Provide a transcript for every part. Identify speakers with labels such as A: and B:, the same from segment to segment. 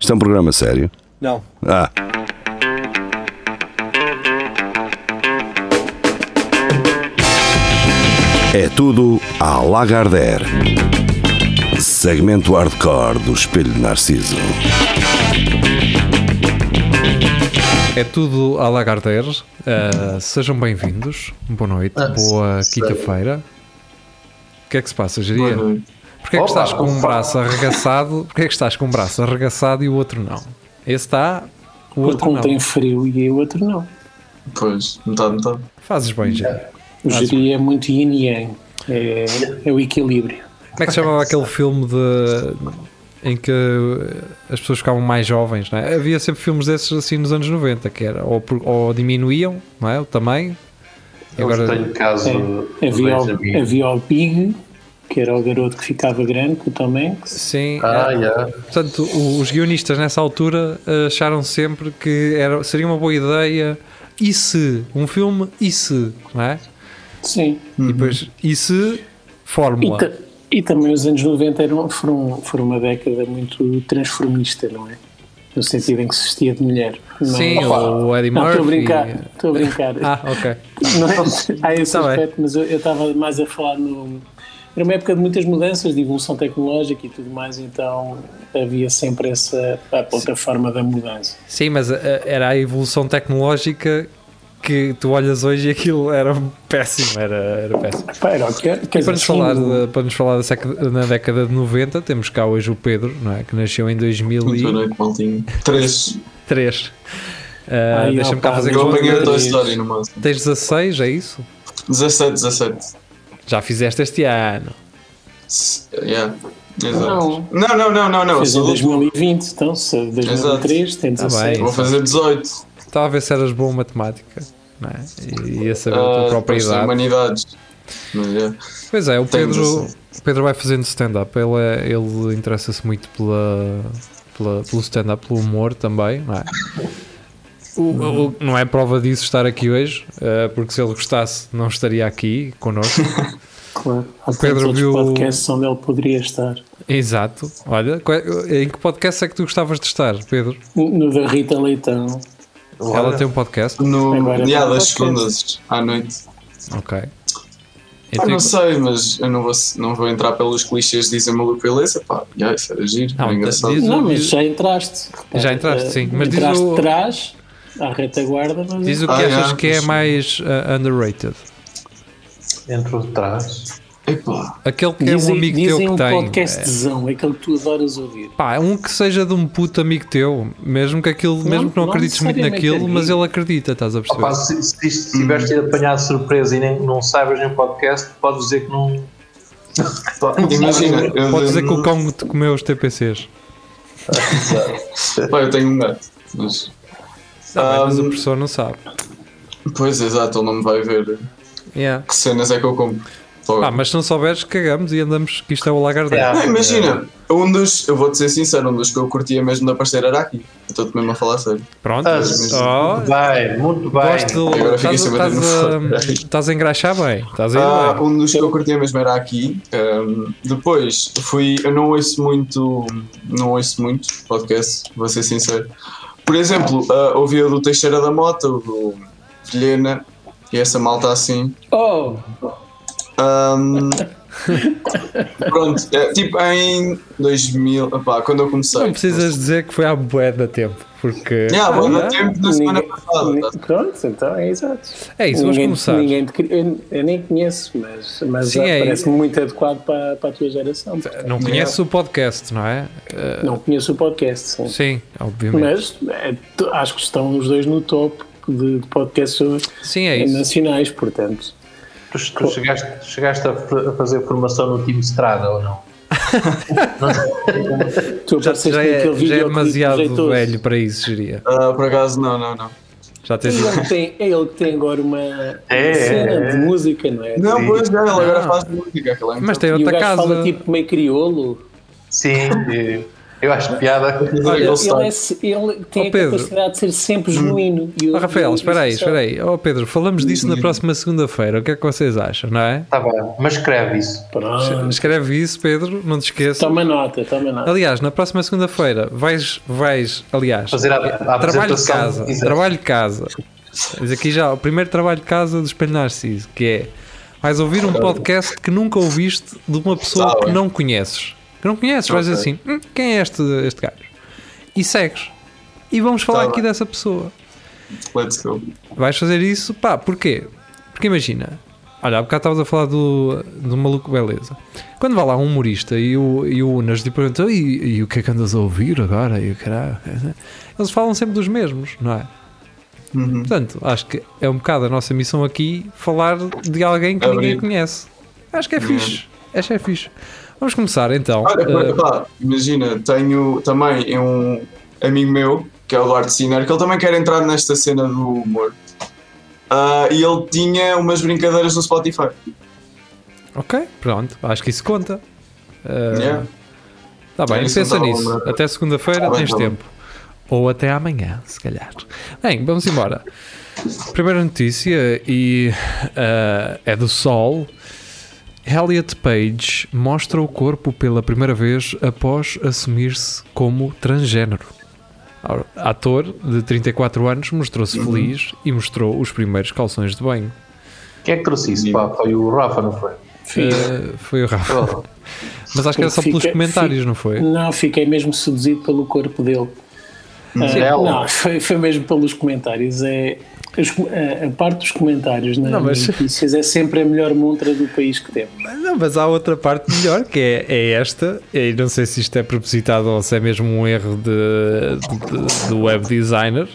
A: Isto é um programa sério.
B: Não.
A: Ah, é tudo à Lagardère. Segmento hardcore do Espelho de Narciso.
C: É tudo à Lagardère. Uh, sejam bem-vindos. Boa noite.
D: Ah,
C: Boa
D: sei.
C: quinta-feira. O que é que se passa, Geria?
D: Boa noite.
C: Porquê é que
D: Opa,
C: estás com um
D: opa.
C: braço arregaçado? Porquê é que estás com um braço arregaçado e o outro não? Esse está, o
E: Porque
C: outro
E: um
C: não.
E: tem frio e o outro não.
D: Pois, metade, metade.
C: Fazes bem, Geria.
E: O Jiri é muito yin e yang. É, é o equilíbrio.
C: Como é que se chamava aquele filme de em que as pessoas ficavam mais jovens, não é? Havia sempre filmes desses assim nos anos 90, que era ou, por- ou diminuíam, não é? O tamanho. E
F: Eu
C: agora
F: tenho caso
E: É,
F: do
E: havia,
F: Benjamin.
E: o, havia o Big, que era o garoto que ficava grande com o Tom Hanks.
C: sim,
F: Ah,
C: é-
F: yeah.
C: Portanto, o- os guionistas nessa altura eh, acharam sempre que era, seria uma boa ideia e se um filme e se, não é?
E: Sim.
D: Uhum.
C: E depois e se
E: E,
C: fórmula.
E: ta- e também os anos 90 eram, foram, foram uma década muito transformista, não é? No sentido em que se vestia de mulher. Não-
C: Sim, o- o Eddie
E: Não, estou a
C: Murphy.
E: brincar. Estou a brincar.
C: Ah, ok.
E: Não é? Há esse
C: Tá bem.
E: aspecto, mas eu eu estava mais a falar no. Era uma época de muitas mudanças, de evolução tecnológica e tudo mais, então havia sempre essa a plataforma da mudança.
C: Sim, mas a- a- era a evolução tecnológica que tu olhas hoje e aquilo era péssimo, era, era péssimo.
E: Pá, Era o que era. Quer
C: E para
D: é,
E: dizer,
C: nos
E: sim,
C: falar, de- para nos falar da sec- na década de 90, temos cá hoje o Pedro, não é? que nasceu em
D: Boa
C: 2003.
D: noite, maltinho. Três.
C: Ah,
E: Ai,
C: Deixa-me
E: opa,
C: cá fazer
D: Eu apanhei a
C: conta.
D: tua história no máximo.
C: Tens 16, é isso?
D: 17, 17.
C: Já fizeste este ano.
D: S- Yeah. Exato.
E: Não.
D: não, não, não, não. não.
E: Fez em
D: sou adulto.
E: 2020, então, se 2003, tem
C: Tá
E: 16.
C: bem.
D: Vou fazer 18.
C: Estava a ver se eras bom em matemática. Não é? E ia saber a tua
D: Ah,
C: própria
D: depois tem
C: idade.
D: Humanidades. Mas, yeah.
C: Pois é, o
D: Tenho
C: Pedro,
D: 16.
C: o Pedro vai fazendo stand-up. Ele, é- ele interessa-se muito pela, pela- pelo stand-up, pelo humor também. Não é? O- o- não é prova disso estar aqui hoje, eh, porque se ele gostasse, não estaria aqui connosco.
E: Claro. Há
C: O Pedro
E: tantos outros
C: viu-
E: podcasts onde ele poderia estar.
C: Exato. Olha, qual é- em que podcast é que tu gostavas de estar, Pedro?
E: No no da Rita Leitão.
C: Ela tem um podcast?
D: No
E: Agora
D: dia
E: tem
D: das
E: podcast.
D: segundas à noite.
C: Ok.
D: Ah,
C: Então,
D: não sei, mas eu não vou, não vou entrar pelos clichês de dizer maluco beleza. Pá, yeah, isso era giro,
C: Não,
D: era engraçado.
C: diz-
E: Não, mas já entraste. repara,
C: Já entraste,
E: eh,
C: sim. Mas diz
E: entraste
C: o-
E: atrás, à retaguarda, mas.
C: diz o que
D: Ah,
C: achas
D: é,
C: que é
D: mas-
C: mais eh, underrated.
F: Dentro de trás.
D: Epá,
C: Aquele que é
E: Dizem,
C: um amigo teu
E: dizem
C: que
E: um
C: tem. É.
E: podcastzão, aquele que tu adoras ouvir.
C: Pá, um que seja de um puto amigo teu, mesmo que aquilo, mesmo que não,
E: não
C: acredites muito
E: necessariamente é
C: naquilo, mas
E: amigo.
C: ele acredita, estás a perceber?
F: Opa, se, se isto tiveres sido apanhado de surpresa e nem, não saibas nem o podcast, podes dizer que não.
D: pá, imagina. eu- um
C: Pode dizer que o cão te comeu os TPCs.
D: Pá, eu tenho um gato. Mas,
C: Tá bem, mas
D: Ahm,
C: a pessoa não sabe.
D: pois, exato, ele não me vai ver
C: Yeah.
D: que cenas é que eu compro. Pô,
C: Pá, mas se não souberes, cagamos e andamos que isto é o lagardeiro.
F: Yeah.
D: não, imagina, um dos, eu vou-te ser sincero, um dos que eu curtia mesmo da parceira era aqui. Estou-te mesmo a falar sério.
C: Pronto.
F: Ah,
C: Oh,
F: Muito bem, muito bem.
C: gosto de-
D: Agora fiquei
C: estás-
D: sem
C: Estás
D: bater no
C: a-
D: fone.
C: estás a engraxar bem. Estás a ir
D: Ah,
C: bem.
D: um dos que eu curtia mesmo era aqui. Ahm, depois fui. Eu não ouço muito. Não ouço muito podcast, vou ser sincero. Por exemplo, ah, ouvi o do Teixeira da Mota, o do Vilhena e essa malta assim.
E: Oh,
D: Ahm, pronto, é, tipo em 2000, opá, quando eu comecei.
C: Não precisas dizer que foi à bué da tempo, porque...
D: Yeah, bom,
E: Ah,
D: no tempo da semana passada. tá?
E: Pronto, então é exato.
C: É isso, vamos
E: ninguém,
C: começar.
E: ninguém te cri- eu, eu nem conheço, mas, mas
C: Sim,
E: ah,
C: é
E: parece-me muito adequado para, para a tua geração. portanto.
C: Não conheces o podcast, não é? Ah,
E: Não conheço o podcast, sim.
C: Sim, obviamente.
E: mas é, t- acho que estão os dois no topo de, de podcasts eh,
C: Sim, é isso.
E: nacionais, portanto.
F: Tu, tu chegaste, chegaste a, f- a fazer formação no time Estrada ou não?
E: Tu
C: Já,
E: apareceste
C: já é, já
E: naquele
C: é
E: videoclipe
C: demasiado
E: jeitoso.
C: velho para isso, diria.
D: Ah, por acaso, não, não, não.
C: Já
E: É
C: tens
E: ele, que tem, é ele que tem agora uma
F: É,
E: cena
F: é,
E: de
F: é.
E: música, não é?
D: Não, pois é, ele agora faz música. aquela
C: Mas
D: então.
C: tem
E: E o tipo
C: outra
E: gajo
C: casa.
E: fala tipo meio crioulo.
F: Sim, é, Eu acho piada.
D: Olha,
E: Ele,
D: ele
E: ele,
D: está.
E: é se- ele tem
C: Oh,
E: a
C: Pedro.
E: capacidade de ser sempre genuíno. E o-
C: Oh, Rafael,
E: e-
C: espera aí,
E: isso só-
C: espera aí. Oh, Pedro, falamos disso na próxima segunda-feira. O que é que vocês acham, não é?
F: Tá bem, mas escreve isso.
E: Pronto.
C: Escreve isso, Pedro, não te esqueças.
E: Toma nota, toma nota.
C: Aliás, na próxima segunda-feira vais, vais, aliás,
F: Fazer a, a
C: trabalho de
F: apresentação.
C: casa,
F: Exato.
C: trabalho de casa. Mas aqui já, o primeiro trabalho de casa do Espelho Narciso, que é, vais ouvir um podcast que nunca ouviste de uma pessoa
D: Tá
C: que
D: bem.
C: não conheces. Que não conheces, vais
D: Ok.
C: assim, "Hum, quem é este, este gajo? E segues. E vamos falar
D: Tá
C: aqui
D: bem.
C: dessa pessoa.
D: Let's go.
C: Vais fazer isso, pá, porquê? Porque imagina, olha, há bocado estavas a falar do, do maluco beleza. Quando vai lá um humorista e o, e o Unas lhe pergunta, e, e o que é que andas a ouvir agora? E o caralho, eles falam sempre dos mesmos, não é?
D: Uhum.
C: Portanto, acho que é um bocado a nossa missão aqui falar de alguém que
D: Abrir. Hum.
C: ninguém conhece. Acho que é fixe. Acho que é fixe. Vamos começar então.
D: Olha,
C: Eh,
D: pá, pá, imagina, tenho também um amigo meu, que é o Duarte Siner, que ele também quer entrar nesta cena do humor. Ah, e ele tinha umas brincadeiras no Spotify.
C: ok, pronto. Acho que isso conta. Eh,
D: Yeah.
C: Tá bem,
D: É isso,
C: pensa
D: não estava a
C: nisso.
D: lembrar.
C: Até segunda-feira
D: Tá bem,
C: tens
D: tá bem.
C: tempo. Ou até amanhã, se calhar. Bem, vamos embora. Primeira notícia e ah, é do Sol. Elliot Page mostra o corpo pela primeira vez após assumir-se como transgênero. Ora, Ator de 34 anos mostrou-se
D: Uhum.
C: feliz e mostrou os primeiros calções de banho.
F: Quem é que trouxe isso? Pá, foi o Rafa, não foi?
E: Fica-
C: Ah, foi o Rafa.
F: Oh,
C: Mas acho que era só pelos
E: Fica-
C: comentários,
E: fica-
C: não foi?
E: Não, fiquei mesmo seduzido pelo corpo dele. Ah,
F: Dela?
E: não, foi, foi mesmo pelos comentários. É, os- eh, a, a parte dos comentários nas
C: Não, mas-
E: notícias é sempre a melhor montra do país que temos.
C: Não, mas há outra parte melhor que é, é esta, e não sei se isto é propositado ou se é mesmo um erro de, de- do web designer,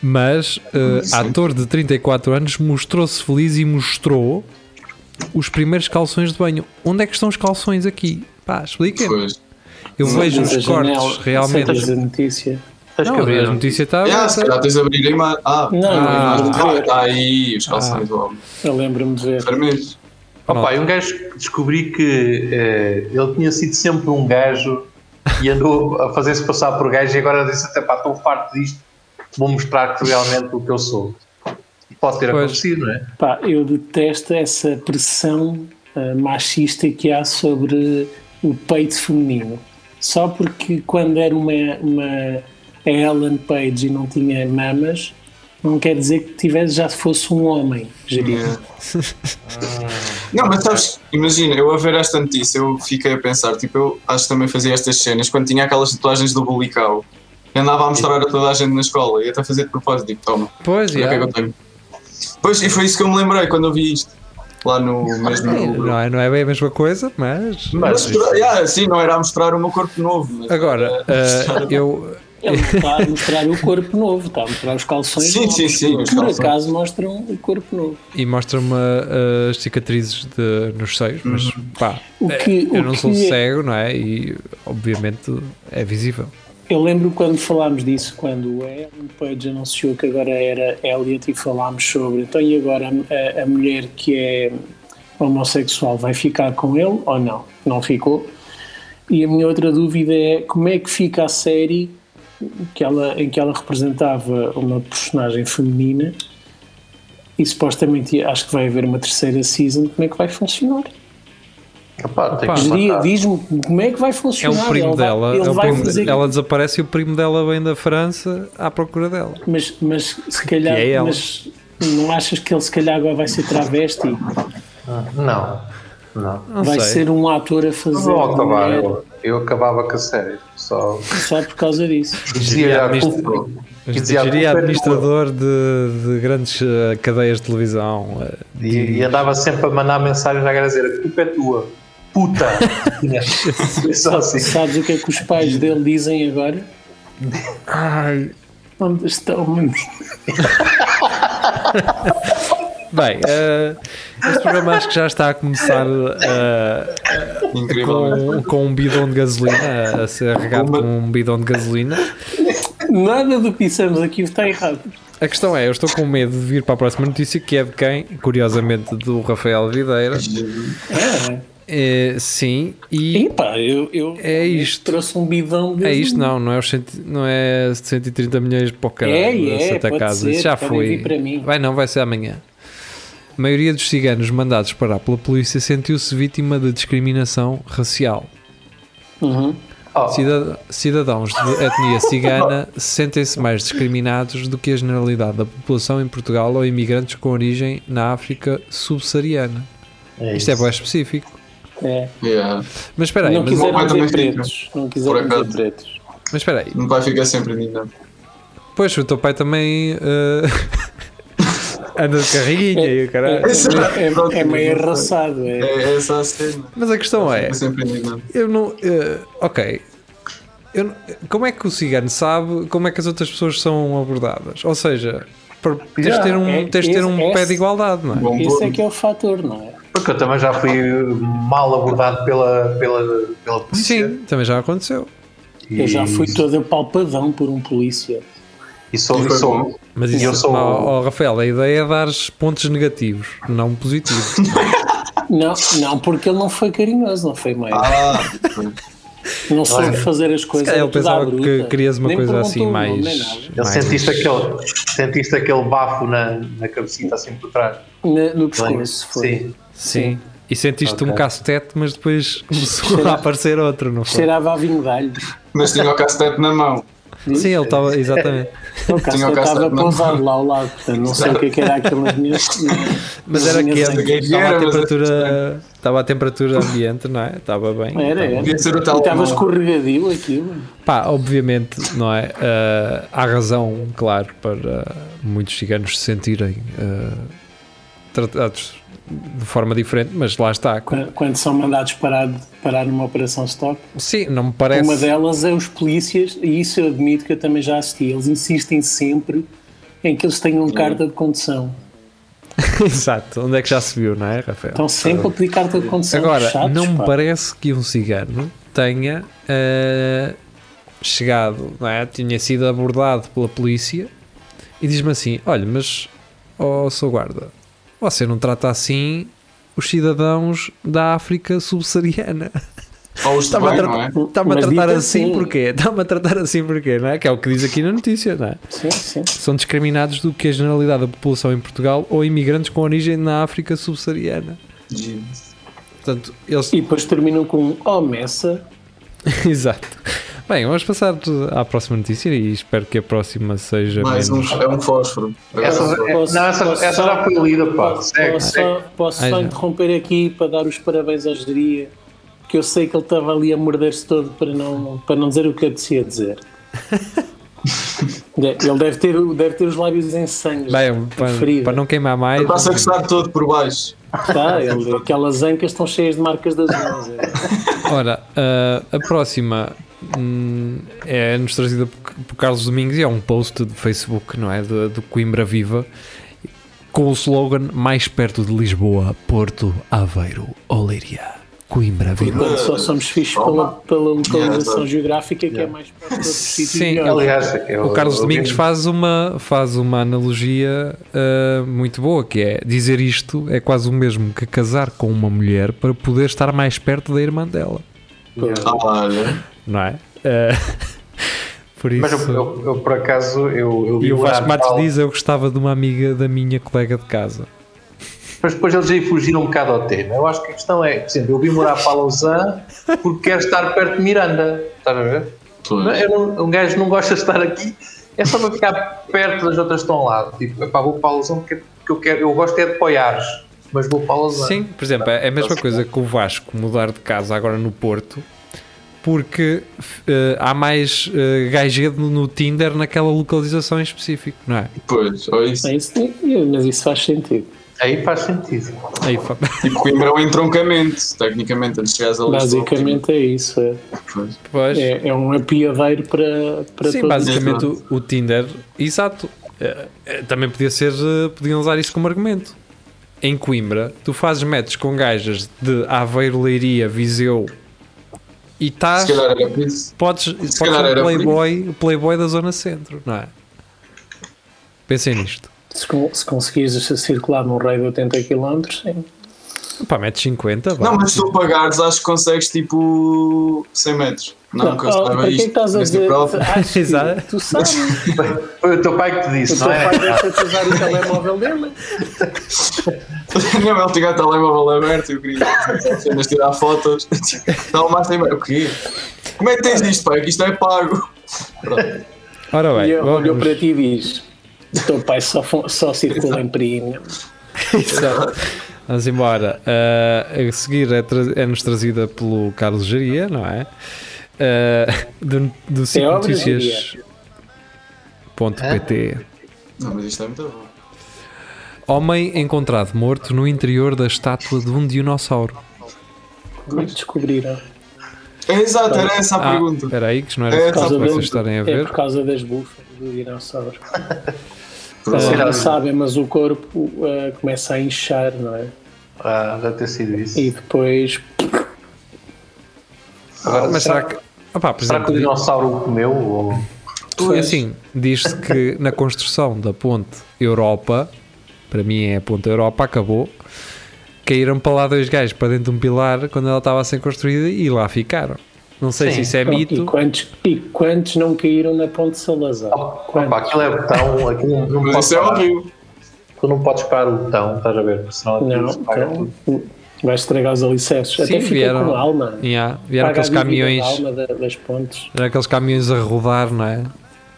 C: mas eh, ator de 34 anos mostrou-se feliz e mostrou os primeiros calções de banho. Onde é que estão os calções aqui? Pá, expliquem-me.
D: Pois.
C: Eu vejo os
E: Sentas a janela,
C: cortes
E: sentas
C: realmente.
E: a notícia.
F: Tens que
C: Não,
F: abrir.
C: a notícia está
D: Ah, se
C: aberta.
D: calhar tens de abrir a imagem. Ah,
E: Não,
C: Ah.
E: eu lembro-me de
D: ah,
E: ver.
D: tá aí os calções do homem.
E: Eu lembro-me de
C: Ah.
E: ver.
D: Vermelhos.
F: Opa, e um gajo que descobri que eh, ele tinha sido sempre um gajo e andou a fazer-se passar por gajo e agora disse até pá, estou farto disto, vou mostrar-te realmente o que eu sou. Pode ter
C: Pois.
F: acontecido, não é?
E: Pá, eu detesto essa pressão ah, machista que há sobre o peito feminino. Só porque quando era uma, uma a Ellen Page e não tinha mamas, não quer dizer que tivesse já fosse um homem, geria.
D: Yeah.
E: Ah.
D: Não, mas sabes, imagina, eu a ver esta notícia, eu fiquei a pensar, tipo, eu acho que também fazia estas cenas quando tinha aquelas tatuagens do Bulicau. Eu andava a mostrar a toda a gente na escola e até fazer de propósito, tipo, toma,
C: Pois,
D: olha o que é que eu
C: é.
D: tenho. Pois, e foi isso que eu me lembrei quando eu vi isto, lá no mesmo grupo.
C: Não é, não é bem a mesma coisa, mas.
D: Mas, yeah, sim, não era a mostrar o meu corpo novo. mas-
C: Agora, eh, eu.
E: Ele está a mostrar o corpo novo, está a mostrar os calções
D: Sim,
E: novos,
D: sim, sim, os
E: que por
D: calções.
E: acaso mostram o corpo novo.
C: e mostra-me ah, as cicatrizes de- nos seios, mas pá,
E: O que-
C: É, eu
E: Uhum. o
C: não sou
E: que-
C: cego, não é? E obviamente é visível.
E: Eu lembro quando falámos disso, quando a Ellen Page anunciou que agora era Elliot e falámos sobre, então e agora a, a- a mulher que é homossexual vai ficar com ele ou não? Não ficou. E a minha outra dúvida é como é que fica a série que ela- em que ela representava uma personagem feminina e supostamente acho que vai haver uma terceira season, como é que vai funcionar?
F: Opa, tem
C: Opa.
F: que
E: Diria-
F: matar.
E: Diz-me como é que
C: Ah,
E: vai
C: É
E: funcionar.
C: um primo
E: Ele vai-
C: dela,
E: ele
C: é um
E: vai
C: primo-
E: fazer-
C: ela desaparece e o primo dela vem da França à procura dela.
E: Mas, mas se calhar.
C: é ela.
E: mas não achas que ele se calhar agora vai ser travesti?
F: Não, não.
C: Não
E: vai
C: sei.
E: ser um ator a
F: Não
E: fazer.
F: vou
E: uma
F: acabar,
E: mulher
F: eu, eu acabava com a série. Só
E: Só por causa disso.
F: dizia a
C: administra-
F: culpa. que dizia a
C: Diria
F: culpa é era boa.
C: administrador de, de grandes ah, cadeias de televisão. ah,
F: E, e andava sempre a mandar mensagens à galera a dizer: a culpa é tua, puta. Tinha- Só assim.
E: Sabes o que é que os pais dele dizem agora? Onde estão?
C: Bem, ah, este programa acho que já está a começar ah,
D: Incrível.
C: com, com um bidão de gasolina, a ser regado
D: Uma-
C: com um bidão de gasolina.
E: Nada do que dissemos aqui está errado.
C: A questão é, eu estou com medo de vir para a próxima notícia que é de quem? Curiosamente do Rafael Videira.
E: É,
C: É, sim, e
E: Epá, eu, eu
C: É isto.
E: trouxe um bidão de
C: é isto não, não é, os centi, não é 130 milhões para o caralho
E: É,
C: da
E: é,
C: Santa
E: pode
C: Casa.
E: ser,
C: Isso já
E: podem
C: foi.
E: vir para mim.
C: Vai não, vai ser amanhã. A maioria dos ciganos mandados parar pela polícia sentiu-se vítima de discriminação racial.
E: Uhum.
F: Oh,
C: Cida- Cidadãos de etnia cigana sentem-se mais discriminados do que a generalidade da população em Portugal ou imigrantes com origem na África subsaariana. Isto é
F: isso.
C: bem específico.
E: É.
D: Yeah.
C: Mas espera aí,
E: não
C: É, mas,
E: quiseram
D: Também
E: dizer
D: fica.
E: pretos. Não
D: Por
E: quiseram
D: acaso.
E: dizer pretos.
C: mas espera aí.
D: O meu pai fica sempre indignado.
C: Pois, o teu pai também eh, anda de carrinha e o caralho.
E: É, é, é meio arrasado.
D: É
E: É.
D: é essa a cena.
C: Mas a questão é,
D: Fica sempre indignado.
C: eu não... eh, ok. Eu não- como é que o cigano sabe como é que as outras pessoas são abordadas? Ou seja, para- tens de ter
E: é-
C: um, tens de ter um
E: esse-
C: pé de igualdade, não é?
F: um
D: Bom,
E: Esse
D: bom.
E: é que é o fator, não é?
F: Porque eu também já fui mal abordado pela, pela, pela polícia.
C: Sim, também já aconteceu.
F: E,
E: Eu já fui todo apalpadão por um polícia.
F: E sou.
D: E
F: E
D: foi
F: sou
C: Mas
F: E
C: isso,
F: eu sou-
C: oh, oh, Rafael, a ideia é dar pontos negativos, não positivos.
E: Não, não, porque ele não foi carinhoso, não foi meio.
D: Ah,
E: não soube fazer as coisas.
C: Ele
E: era tudo à
C: pensava que
E: bruta.
C: querias uma
E: é, Nem
C: coisa
E: perguntou
C: assim
E: o nome,
C: mais.
E: nem nada.
F: ele
C: mais-
F: sentiste aquele, sentiste aquele bafo na, na cabecita assim por trás.
E: Na- no pescoço foi.
F: Sim.
C: Sim. E sentiste um
F: Ok.
C: cacetete, mas depois começou a
E: Cheira-
C: aparecer outro, não foi?
E: Cheirava a vinho de alho.
D: mas tinha o castete na mão.
C: Sim, ele estava, exatamente.
E: Por acaso,
D: Tinha o
E: eu
D: cassete na
E: estava
D: mão.
E: pousado lá ao lado, portanto, não sei o que é que era aquelas minhas.
C: Mas era
E: Sim, eu sei
C: quente,
D: quem
C: estava
D: era,
C: a
D: mas é
C: temperatura, estava a temperatura ambiente, não é? Estava bem.
E: Era, era.
D: Devia ser o
E: E
D: tal
E: Estava
D: mal.
E: escorregadio aquilo.
C: Pá, obviamente, não é? Ah, há razão, claro, para muitos ciganos se sentirem ah, tratados de forma diferente, mas lá está. com-
E: Quando são mandados parar, parar numa operação stop.
C: Sim, não me parece.
E: Uma delas é os polícias, e isso eu admito que eu também já assisti. Eles insistem sempre em que eles tenham carta de condução.
C: Exato, onde é que já se viu, não é, Rafael?
E: Estão sempre a pedir carta de condução.
C: Agora,
E: chatos,
C: não me
E: pá.
C: parece que um cigano tenha ah, chegado, não é? Tinha sido abordado pela polícia e diz-me assim: olha, mas, oh, seu guarda, você não trata assim os cidadãos da África subsaariana.
D: Ou os
C: Está-me a,
D: também,
C: tra-
D: não é?
C: está-me a
E: Mas
C: tratar
E: dito
C: assim
E: assim.
C: porquê? Está-me a tratar assim porquê, não é? Que é o que diz aqui na notícia, não é?
E: Sim, sim.
C: São discriminados do que a generalidade da população em Portugal ou imigrantes com origem na África subsaariana.
D: Jesus.
C: Portanto, eles.
E: E depois terminam com um oh, Messa.
C: Exato. Bem, vamos passar à próxima notícia e espero que a próxima seja.
D: Mais um,
C: menos...
D: é um fósforo. Agora
F: Essa,
D: é um fósforo.
E: Posso-
F: não, essa,
E: posso
F: essa
E: só-
F: já foi lida, pá.
E: Posso,
F: Segue,
E: posso
F: segue.
E: só, posso
C: Ai,
E: só
C: já.
E: interromper aqui para dar os parabéns à geria, que eu sei que ele estava ali a morder-se todo para não, para não dizer o que eu descia dizer. De- ele deve ter, o- deve ter os lábios em sangue.
C: Bem, para,
E: ferido.
C: para não queimar
E: é-
C: mais.
D: Passa a gostar todo por baixo.
E: Tá, ele- aquelas ancas estão cheias de marcas das mãos. é.
C: Ora, ah, a próxima hum, é-nos trazida por, por Carlos Domingos e é um post do Facebook, não é? Do, do Coimbra Viva com o slogan Mais perto de Lisboa, Porto, Aveiro, Oleiria. Coimbra Viva.
E: Portanto, só somos fixos pela, pela localização geográfica, que é mais perto de outros sítios.
C: Sim,
E: melhores.
F: Aliás, é eu-
C: O Carlos
F: eu- um
C: Domingos
F: eu-
C: faz uma, faz uma analogia ah, muito boa, que é dizer isto é quase o mesmo que casar com uma mulher para poder estar mais perto da irmã dela,
D: Ah, olha.
C: não é? Ah, por isso...
F: Mas eu, eu- eu, por acaso, eu, eu
C: E o
F: um
C: Vasco Matos
F: artigo-
C: diz: Eu gostava de uma amiga da minha colega de casa.
F: Mas depois eles aí fugiram um bocado ao tema. Eu acho que a questão é, por exemplo, eu vim morar para Lausanne porque quero estar perto de Miranda. Estás a ver? Não,
E: é-
D: Pois.
F: eu não- um gajo não gosta de estar aqui, é só para ficar perto das outras que estão lá. Tipo, epá, vou para Lausanne porque, porque eu, quero, eu gosto é de Poiares, mas vou para Lausanne.
C: Sim, por exemplo, é a mesma coisa que o Vasco mudar de casa agora no Porto, porque eh, há mais eh, gajedo no Tinder naquela localização em específico, não é?
D: Pois, ou isso.
E: É isso, é, mas isso faz sentido.
F: Aí faz sentido.
C: Aí, fa-
D: Tipo Coimbra é um entroncamento, tecnicamente, antes de chegares a Lisboa. tipo,
E: Basicamente é isso. é.
D: Pois.
C: pois.
E: É, é um apiadeiro para, para
C: Sim,
E: todos.
C: basicamente o, o Tinder, exato. Eh, eh, Também podia ser, eh, podiam usar isso como argumento. Em Coimbra, tu fazes matches com gajas de Aveiro, Leiria, Viseu e estás.
D: Se calhar era por isso.
C: podes, podes ser
D: calhar
C: o
D: era por
C: playboy, o playboy da zona centro, não é? Pensem nisto.
E: Se, con- se conseguires circular num raio de 80 km, sim.
C: Pá, mete 50, vá.
D: Não, mas se tu pagares, acho que consegues tipo 100 metros. Não, que eu
E: oh,
D: saiba
E: para que é que
D: isto.
E: estás a
D: Mr.
E: dizer?
D: Prof.
E: Acho que
C: Exato.
E: Tu sabes,
F: Foi o teu pai que te
E: o
F: disse,
E: teu
F: não é?
E: pai deixa-te usar o telemóvel dele.
D: Não, ele tinha o telemóvel aberto e eu queria apenas tirar fotos. Estava mais sem O quê? Como é que tens isto, pai? Que isto é pago.
C: Ora
E: E
C: bem,
E: ele
C: vamos.
E: olhou para ti e diz: O teu pai só, fo- só circula em premium.
C: Exato. Vamos embora. Uh, a seguir é tra- é-nos trazida pelo Carlos Geria, não é? Uh, do do
E: É
C: sítio
E: obra,
C: notícias.pt
D: Não, mas isto é muito bom.
C: Homem encontrado morto no interior da estátua de um dinossauro.
E: Como é que descobriram?
D: É exato, era essa
E: Ah,
D: a pergunta.
C: Ah, espera aí, que isto não era
D: É
C: é,
D: essa a
C: para vocês
D: pergunta.
C: estarem a
E: É
C: ver.
E: por causa das bufas do dinossauro.
D: Pronto.
E: Vocês não sabem, mas o corpo uh, começa a inchar, não é?
F: Ah, deve ter sido isso.
E: E depois
F: Agora,
C: Mas será que. Opá, por
F: será que o
C: exemplo,
F: dinossauro o comeu? Ou...
C: É assim, diz-se que na construção da ponte Europa, para mim é a ponte Europa, acabou. Caíram para lá dois gajos para dentro de um pilar quando ela estava a ser construída e lá ficaram. Não sei se
F: Sim.
C: isso é
E: E
C: mito.
E: quantos, e quantos não caíram na ponte de Salazar? Quantos?
F: Opa, aquilo é botão, aquilo não, não
D: Mas
F: podes
D: isso é
F: parar.
D: horrível.
F: Tu não podes parar o botão, estás a ver? porque Senão aquilo
E: Não,
F: se paga tudo.
E: então, vai estragar os alicerces. Até fica com alma.
C: yeah, vieram
E: Paga a
C: aqueles
E: dívida
C: caminhões,
E: da alma da- das pontes.
C: vieram aqueles caminhões a rodar, não é?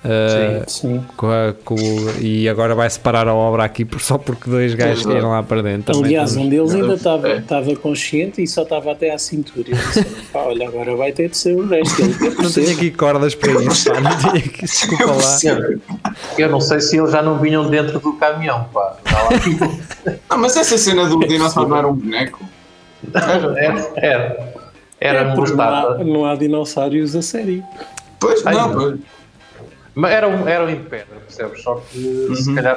C: Ah,
E: Sim.
C: com a- com o- e agora vai separar a obra aqui por- só porque dois gajos
D: Exato.
C: caíram lá para dentro. Também
E: Aliás,
C: estamos-
E: um deles ainda
D: É.
E: estava estava consciente e só estava até à cintura. Eu disse, pá, olha, agora vai ter de ser o resto. Ele, eu
C: não tenho
E: percebo.
C: aqui cordas para isso, pá, não tenho aqui, desculpa lá.
F: Eu não sei se eles já não vinham dentro do caminhão, pá. Está lá. tipo,
D: Ah, mas essa cena do dinossauro não era um boneco.
C: É.
F: Era, era. é, Era
E: É,
F: um
E: porque não, há,
F: estátua.
E: não há dinossauros a sério.
D: Pois,
F: Ai,
D: não,
F: não.
D: pois.
F: Mas era um, era um em pedra, percebes? Só que
C: Uhum.
F: se calhar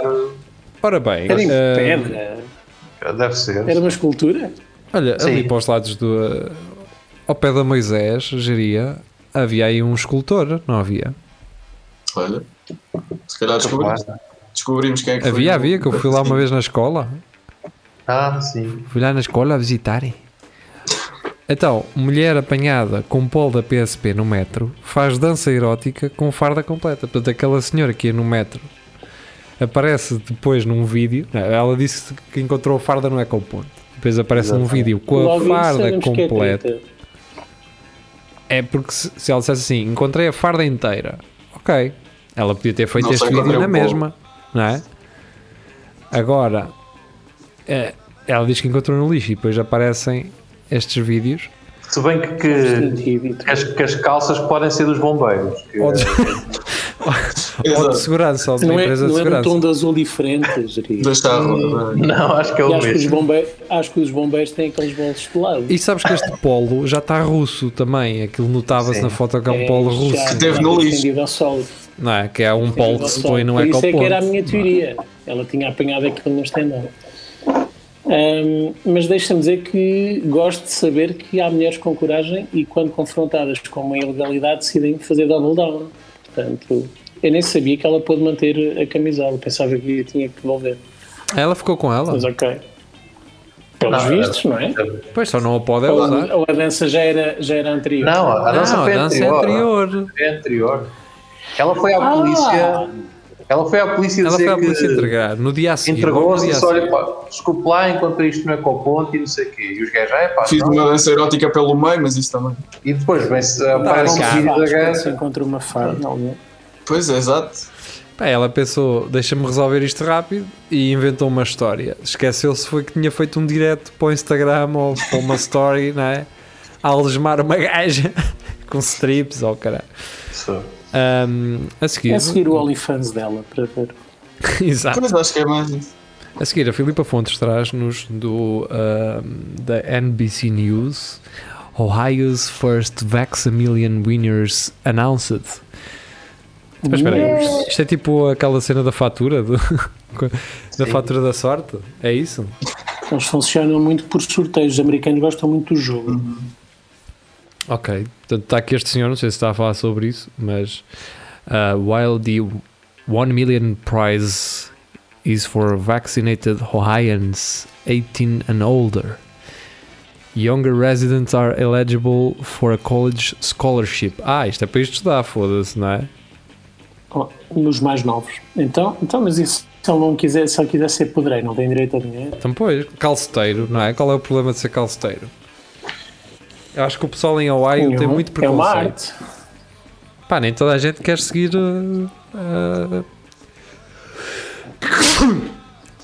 C: Ora bem,
E: Era em
C: ah,
E: pedra.
F: deve ser.
E: Era uma escultura.
C: Olha, ali
F: Sim.
C: para os lados do. eh, ao pé da Moisés, geria, havia aí um escultor, não havia?
D: Olha. Se calhar descobrimos,
F: Capaz.
D: descobrimos quem é que foi.
C: havia, havia, que eu fui lá uma vez na escola.
F: Ah, sim.
C: Fui lá na escola a visitarem. Então, mulher apanhada com um polo da PSP no metro faz dança erótica com farda completa. Portanto, aquela senhora que ia no metro aparece depois num vídeo. não, Ela disse que encontrou a farda é no Ecoponto. Depois aparece num vídeo com a
E: Logo
C: farda
E: dissemos que é
C: completa.
E: treta.
C: É porque se, se ela dissesse assim, encontrei a farda inteira, ok. Ela podia ter feito
D: Não
C: este
D: sei
C: vídeo
D: quando
C: na
D: eu vou.
C: mesma, não é? Agora, eh, ela diz que encontrou no lixo e depois aparecem estes vídeos.
F: Se bem que, que,
E: Sentido e tudo.
F: que as, que as calças podem ser dos bombeiros. que-
C: Ou de, ou de
D: Exato.
C: segurança, ou de uma
E: Não é,
C: empresa de
E: não é um
C: segurança.
E: tom de azul diferente, Jeria.
D: Dois
C: Hum.
D: carros.
F: Não, acho que é
E: E
F: o
E: acho que, os
F: mesmo.
E: bombeiros, acho que os bombeiros têm aqueles bolos de lado.
C: E sabes que este polo já está russo também. Aquilo notava-se
F: Sim.
C: na foto que é um polo russo,
E: já-
D: teve
E: já
D: no
E: foi
D: lixo.
E: estendido ao sol.
C: não é? Que é um polo que se
E: Estendido ao
C: põe
E: sol.
C: no
E: Por Isso é que era a
C: ecoponto.
E: minha teoria. Ela tinha apanhado aquilo no stand-up. Ahm, mas deixa-me dizer que gosto de saber que há mulheres com coragem e quando confrontadas com uma ilegalidade decidem fazer double down. Portanto, eu nem sabia que ela pôde manter a camisola, pensava que tinha que devolver.
C: Ela ficou com ela.
E: Mas ok. Pelos
F: Não,
E: vistos, não é?
C: Pois só não a pode é
E: Ou,
C: usar.
E: ou a dança já era, já era anterior?
F: Não, a dança
C: Não, a
F: foi
C: dança é
F: anterior.
C: anterior.
F: É anterior. Ela foi à
E: Ah!
F: polícia. Ela foi à polícia
C: Ela
F: dizer
C: foi à
F: que
C: polícia entregar no dia a seguir. logo no
F: entregou-se e
C: dia a
F: disse:
C: seguir.
F: olha, pá, desculpe lá, encontrei isto no ecoponto e não sei o quê. E os gajos, ah, é pá,
D: Fiz
F: não.
D: uma dança erótica pelo meio, mas isso também.
F: E depois vem-se
C: Tá,
E: Pá,
F: aparece um
E: não
F: vídeo da
E: faz, quando
F: gaja.
E: se encontra uma farda. alguém.
D: Pois é, exato.
C: Pá, ela pensou, deixa-me resolver isto rápido e inventou uma história. Esqueceu-se foi que tinha feito um direto para o Instagram ou para uma story, não é? A algemar uma gaja com strips, ou oh, caralho. Ahm, a seguir,
E: É seguir o OnlyFans dela para ver.
C: exato.
D: Pois acho que é mais isso.
C: A seguir, a Filipa Fontes traz-nos do ahm, da NBC News. Ohio's first Vaxamillion winners announced. Mas espera aí, isto é tipo aquela cena da fatura do- da fatura da sorte? É isso?
E: Eles funcionam muito por sorteios. Os americanos gostam muito do jogo.
C: Ok, portanto está aqui este senhor, não sei se está a falar sobre isso, mas uh, while the 1 million prize is for vaccinated Ohioans 18 and older, Younger residents are eligible for a college scholarship. Ah, isto é para isto estudar, foda-se, não é? Uhum.
E: Oh, nos mais novos. Então, então mas isso, se ele não quiser, se ele quiser ser pedreiro, não tem direito a dinheiro.
C: Então, pois, calceteiro, não é? Qual é o problema de ser calceteiro? Eu acho que o pessoal em Hawaii tem muito
E: é
C: preconceito.
E: uma arte.
C: Pá, nem toda a gente quer seguir. uh, uh,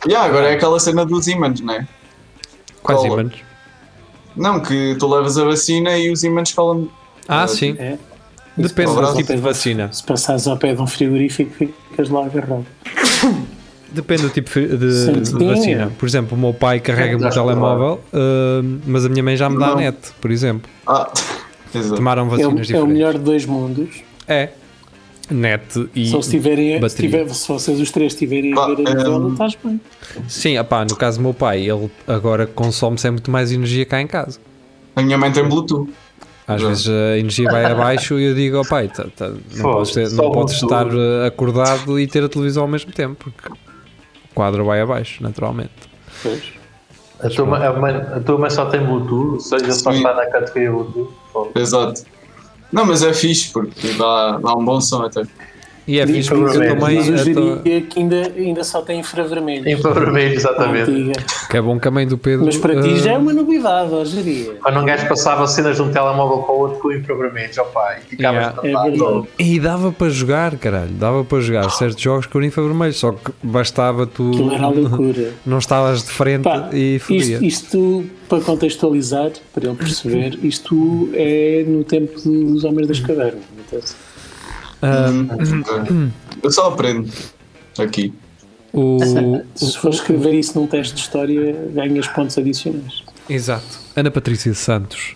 D: Yeah, agora é aquela cena dos ímãs, não é?
C: quais
D: Cola.
C: ímãs.
D: Não, que tu levas a vacina e os ímãs falam.
C: Ah, sim.
E: É.
C: Depende
D: Cola.
C: do tipo de vacina.
E: um Se passares ao pé de um frigorífico, ficas lá agarrado.
C: Depende do tipo de, de
E: Sim.
C: vacina. Por exemplo, o meu pai carrega-me o
F: Já
C: telemóvel, uh, mas a minha mãe já me dá a
D: Não.
C: net, por exemplo.
D: Ah, exato.
C: Tomaram
E: É, o-
C: vacinas
E: é o
C: diferentes.
E: melhor de dois mundos.
C: É. Net e.
E: Só se, tiverem, se,
C: bateria.
E: tiver, se vocês os três estiverem a
D: Pá,
E: ver a
D: ehm,
E: novela, estás bem.
C: Sim, opá, no caso do meu pai, ele agora consome-se é muito mais energia cá em casa.
D: A minha mãe tem Bluetooth.
C: Às
D: Não.
C: vezes a energia vai abaixo e eu digo ao pai, tá- tá, não
F: Pô,
C: podes, ter-
F: só
C: não
F: um
C: podes estar
F: duro.
C: eh, acordado e ter a televisão ao mesmo tempo, porque o quadro vai abaixo, naturalmente.
E: Pois.
F: A tua, mãe- a mãe, a tua mãe só tem Bluetooth, ou seja, só
D: Sim.
F: está na categoria Bluetooth. Pô.
D: Exato. Não, mas é fixe porque dá, dá um bom som até.
C: E é
E: Diz-
C: fixe porque eu
F: Infravermelho.
C: também.
E: Mas hoje
C: eu tô-
E: diria que ainda, ainda só tem infravermelho.
F: Infravermelho, exatamente.
E: Antiga.
C: Que é bom que a mãe do Pedro.
E: Mas para ti
C: eh,
E: já é uma novidade hoje em dia.
F: Quando um gajo passava cenas de um telemóvel para o outro com o infravermelho, opá, e ficavas
C: Yeah.
E: É
F: tapado.
E: verdade.
C: E dava para jogar, caralho, dava para jogar certos jogos com o infravermelho, só que bastava tu.
E: Aquilo era a loucura.
C: Não estavas de frente
E: Pá,
C: e fodia.
E: isto, isto, para contextualizar, para ele perceber, isto é no tempo dos Homens das Cavernas. não é?
C: Uhum.
D: Eu só aprendo aqui.
C: O,
E: Se for escrever isso num teste de história, ganhas pontos adicionais.
C: Exato. Ana Patrícia Santos,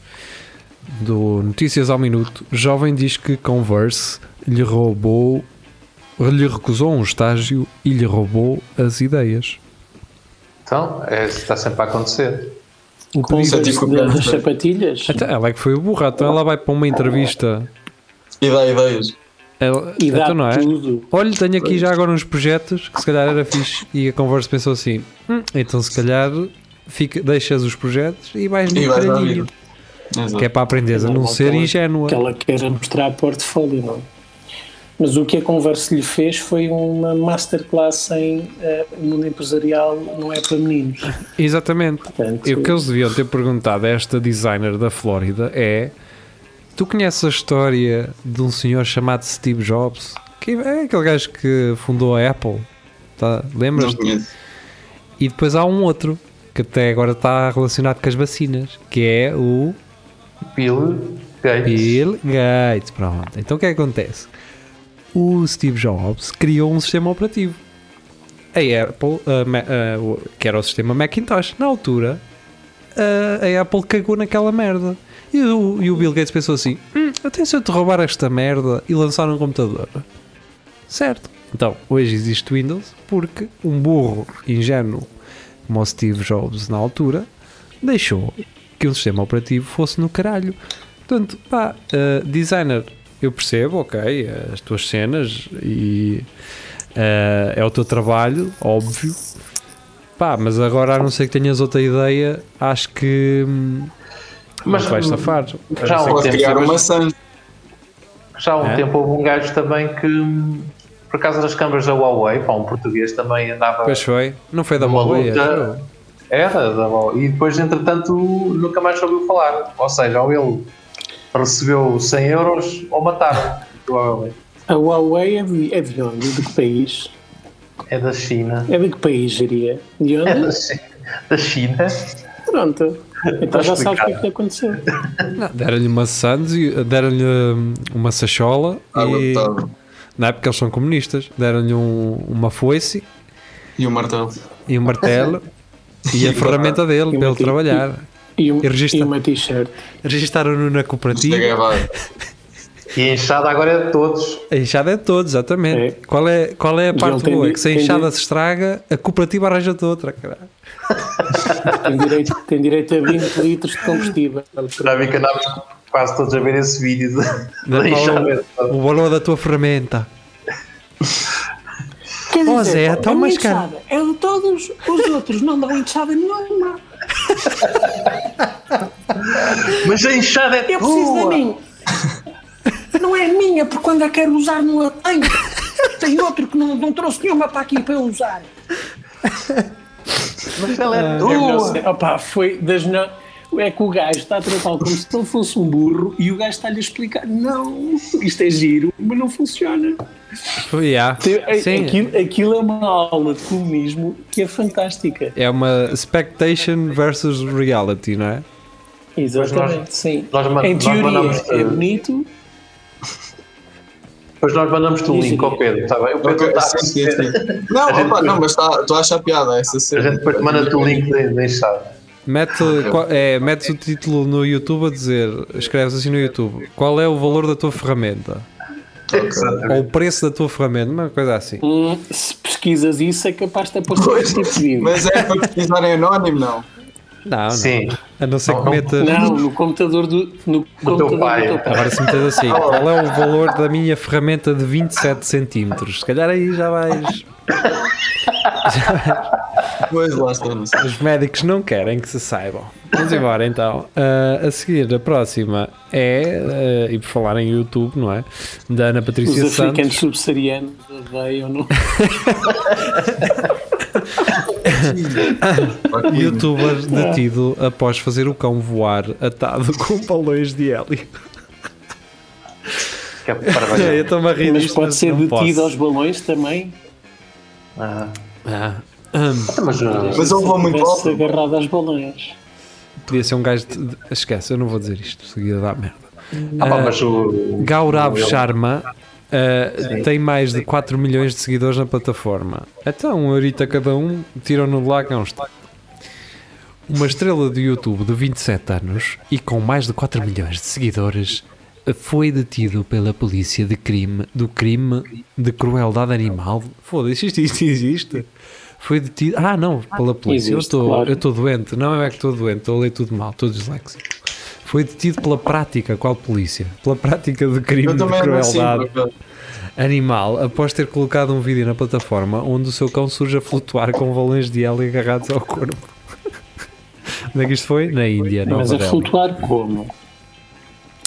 C: do Notícias ao Minuto. Jovem diz que Converse lhe roubou, lhe recusou um estágio e lhe roubou as ideias.
F: Então, é, isso está sempre a acontecer.
C: O
E: Com
C: pedido-
D: certeza. tipo
E: da- das
D: Converse.
E: sapatilhas
C: Então, ela é que foi o burro, então ela vai para uma entrevista.
D: E dá ideias.
C: Ela,
E: e dá
C: então não é?
E: tudo.
C: Olha, tenho aqui já agora uns projetos que se calhar era fixe. E a Converse pensou assim: "Hum, então se calhar fica, deixas os projetos e vais no
D: E vais à
C: caralhinho.
D: vida. Exato.
C: Que é para aprenderes a não ser ingênua.
E: Que ela queira mostrar portfólio, não é? Mas o que a Converse lhe fez foi uma masterclass em eh, mundo empresarial não é para meninos.
C: Exatamente.
E: Portanto,
C: E o que eles deviam ter perguntado a esta designer da Flórida é: Tu conheces a história de um senhor chamado Steve Jobs? Que é aquele gajo que fundou a Apple. Tá?
D: Não
C: Lembras?
D: conheço.
C: E depois há um outro que até agora está relacionado com as vacinas, que é o
F: Bill Gates.
C: Bill Gates. Pronto. Então o que é que acontece? O Steve Jobs criou um sistema operativo. A Apple, a Ma- a- o- que era o sistema Macintosh, na altura, a, a Apple cagou naquela merda. E o, e o Bill Gates pensou assim: hum, até se eu te roubar esta merda e lançar um computador. Certo. Então, hoje existe Windows porque um burro ingênuo como o Steve Jobs na altura deixou que um sistema operativo fosse no caralho. Portanto, pá, eh, designer, eu percebo, ok, as tuas cenas e eh, é o teu trabalho, óbvio. Pá, mas agora, a não ser que tenhas outra ideia, acho que hum,
F: Mas- hum,
C: não te vais safar.
F: já
C: A não ser que
F: há
C: tenhas-
D: Pode
F: um Tem
D: criar
F: pessoas-
D: uma Sun.
F: Já há um
C: É?
F: tempo houve um gajo também que, hum, por causa das câmaras da Huawei, pá, um português também andava
C: Pois foi, não foi da
F: numa
C: Huawei,
F: luta.
C: acho eu.
F: Era da Huawei. E depois, entretanto, nunca mais ouviu falar. Ou seja, ou ele recebeu 100 euros ou mataram. provavelmente.
E: A Huawei é de, é de onde? De que país?
F: É da China.
E: É de que país, diria? De
F: É da
E: onde?
F: Chi- da China.
E: Pronto.
C: Tá
E: Então já sabes o que é que
F: explicado.
E: aconteceu.
C: Não, Deram-lhe maçãs e deram-lhe hum, uma sachola
D: Água
C: e
F: tá.
D: potável.
C: não é porque eles são comunistas, deram-lhe um- uma foice
D: E o martelo.
C: e um martelo e a ferramenta dele
E: E
F: um
C: para ele
E: uma-
C: trabalhar.
E: E, um-
C: E registra.
E: e uma t-shirt.
C: Registaram-no na
D: Está
F: é
C: cooperativa.
D: é gravado.
F: E a enxada agora é de todos.
C: A enxada é de todos, exatamente.
E: É.
C: Qual, é, qual é a
E: Mas
C: parte
E: ele tem
C: boa?
E: di-
C: É que se a
E: tem
C: enxada
E: di-
C: se estraga, a cooperativa arranja-te outra, caralho.
E: Tem direito, tem direito a 20 litros de combustível.
F: Já vi que andávamos quase todos a ver esse vídeo da,
C: Da
F: da
C: qual-
F: enxada. é de todos.
C: O valor da tua ferramenta.
E: Quer
C: Oh, Zé, então,
E: a minha
C: mas cara-
E: enxada É de todos os outros, não dão enxada nenhuma.
F: Mas a enxada é
E: Eu preciso da
F: tua.
E: minha. Não é minha, porque quando a quero usar não a tenho. Tem outro que não, não trouxe nenhuma para aqui para eu usar.
F: Mas ela é
E: É melhor
F: tua.
E: ser- Opa, foi das melhores. É que o gajo está a tratá-lo como se ele fosse um burro e o gajo está-lhe a explicar: não, isto é giro, mas não funciona.
C: Yeah.
E: Tem- é a-
C: Sim,
E: Aquilo, aquilo é uma aula de comunismo que é fantástica.
C: é uma expectation versus reality, não é?
E: Exatamente,
F: nós-
E: sim.
F: nós man-
E: em
F: nós
E: teoria
F: mandamos,
E: é
F: uh,
E: bonito.
F: Depois nós mandamos-te um
E: Sim,
F: link ao
E: sim.
F: Pedro, está bem? O Pedro
D: Ok,
F: está
D: sim, sim,
F: a
D: sim. Não,
F: tá- A gente
D: opa,
F: depois-
D: não, mas estou a achar piada essa
F: A
D: cena.
F: gente depois te manda-te o link da da enxada.
C: Mete, qual- é, metes o título no YouTube a dizer, escreves assim no YouTube, qual é o valor da tua ferramenta? Ou o preço da tua ferramenta, uma coisa assim.
E: Hum, se pesquisas isso, é capaz de aparecer
D: Pois,
E: este tipo de vídeo.
D: Mas é para pesquisarem anónimo, não.
C: Ah, Não, não.
F: Sim.
C: A não ser
F: Não,
C: que
F: não.
C: metas.
E: Não, no computador do, no computador
F: pai.
E: do teu pai.
C: Agora se metes assim, qual é o valor da minha ferramenta de 27 centímetros? Se calhar aí já vais.
D: Pois lá estamos.
C: Os médicos não querem que se saibam. Vamos embora então. Ah, a seguir, a próxima é, ah, e por falar em YouTube, não é? Da Ana Patrícia
E: Os africanos
C: Santos.
E: subsaarianos odeiam não.
C: Youtuber
E: É.
C: detido após fazer o cão voar atado com balões de hélio.
F: Que é para
C: Eu
F: trabalhar.
C: estou-me a rir
E: Mas
C: disto,
E: pode ser
C: não
E: detido
C: posso.
E: aos balões também.
F: Ah.
C: Ah, hum,
F: Ah, Mas uh,
D: Mas ele voa muito
E: Tivesse
D: alto.
E: agarrado aos balões.
C: podia ser um gajo. De, de- esquece, eu não vou dizer isto, seguida dá merda.
F: Ah, pá,
C: Ah,
F: mas o.
C: Gaurav
F: o- ele-
C: Sharma uh, tem mais de 4 milhões de seguidores na plataforma. Então, um eurito a cada um, tiram-no de lá que é um está. Uma estrela de YouTube de 27 anos e com mais de 4 milhões de seguidores foi detido pela polícia de crime, do crime de crueldade animal. Foda-se, isto, isto existe. Foi detido. Ah, não, pela polícia. Eu
E: Existe,
C: estou
E: claro.
C: eu estou doente. Não é que estou doente, estou a ler tudo mal, estou disléxico. Foi detido pela prática, qual polícia? Pela prática de crime
D: Eu
C: de
D: também ando assim,
C: crueldade
D: por acaso.
C: animal após ter colocado um vídeo na plataforma onde o seu cão surge a flutuar com balões de hélio agarrados ao corpo. Onde é que isto foi? Na Índia, Nova
E: Mas a
C: Delhi.
E: flutuar como?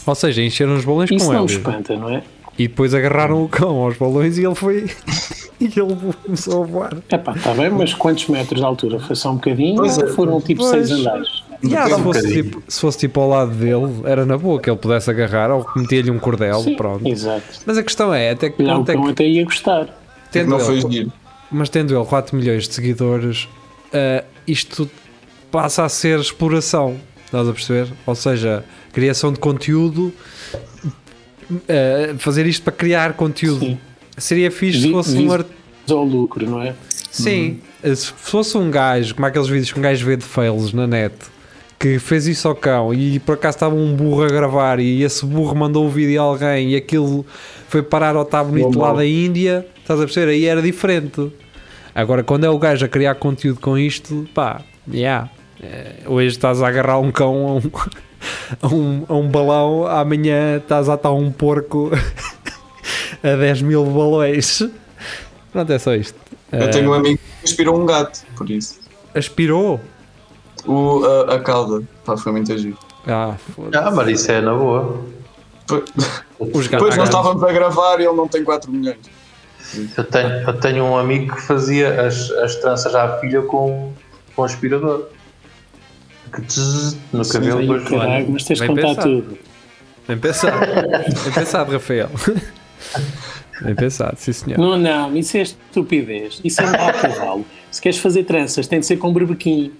C: Ou seja, encheram os balões
E: Isso
C: com
E: não me
C: hélio
E: espanta, não é?
C: e depois agarraram o cão aos balões e ele foi. e ele começou a voar.
E: Epá, está bem, mas quantos metros de altura? Foi só um bocadinho
D: Pois é.
E: ou foram tipo
C: Pois.
E: seis andares?
C: Yeah, se,
F: Depende um
C: fosse
F: bocadinho.
C: tipo, se fosse tipo ao lado dele, era na boa que ele pudesse agarrar ou metia-lhe um cordel, pronto.
E: Exato.
C: Mas a questão é, até que
E: Não,
C: ponto é
E: então
C: que
E: até ia gostar.
C: tendo
D: Não
C: ele-
D: foi giro.
C: mas tendo ele 4 milhões de seguidores, ah, isto passa a ser exploração, estás a perceber? Ou seja, criação de conteúdo, ah, fazer isto para criar conteúdo.
E: Sim.
C: Seria fixe se
E: Vi-
C: fosse um
E: vi-
C: art...
E: Ao lucro, não é?
C: Sim, se fosse um gajo, como aqueles vídeos que um gajo vê de fails na net, que fez isso ao cão e por acaso estava um burro a gravar e esse burro mandou o vídeo a alguém e aquilo foi parar ao tabonito lá da Índia, estás a perceber? Aí era diferente. Agora, quando é o gajo a criar conteúdo com isto, pá, yeah. Eh, Hoje estás a agarrar um cão a um, a um, a um balão, amanhã estás a atar um porco a 10 mil balões. Pronto, é só isto.
D: Eu tenho um amigo que inspirou um gato, por isso.
C: Aspirou?
D: O, a, a cauda. Pá, foi muito giro.
C: Ah, foda-se.
F: Ah, mas isso é na boa.
D: P-
C: Os gatos.
D: Depois nós estávamos a gravar e ele não tem 4 milhões.
F: Eu tenho, eu tenho um amigo que fazia as, as tranças à filha com, com aspirador. Que tzzz, no cabelo
E: Sim,
F: depois
E: caralho, mas tens de
C: Bem
E: contar
C: pensado.
E: tudo.
C: Bem pensado. Bem pensado, Rafael. Bem pensado, sim senhor.
E: Não, não, isso é estupidez. Isso é um a cavalo. Se queres fazer tranças, tem de ser com berbequim.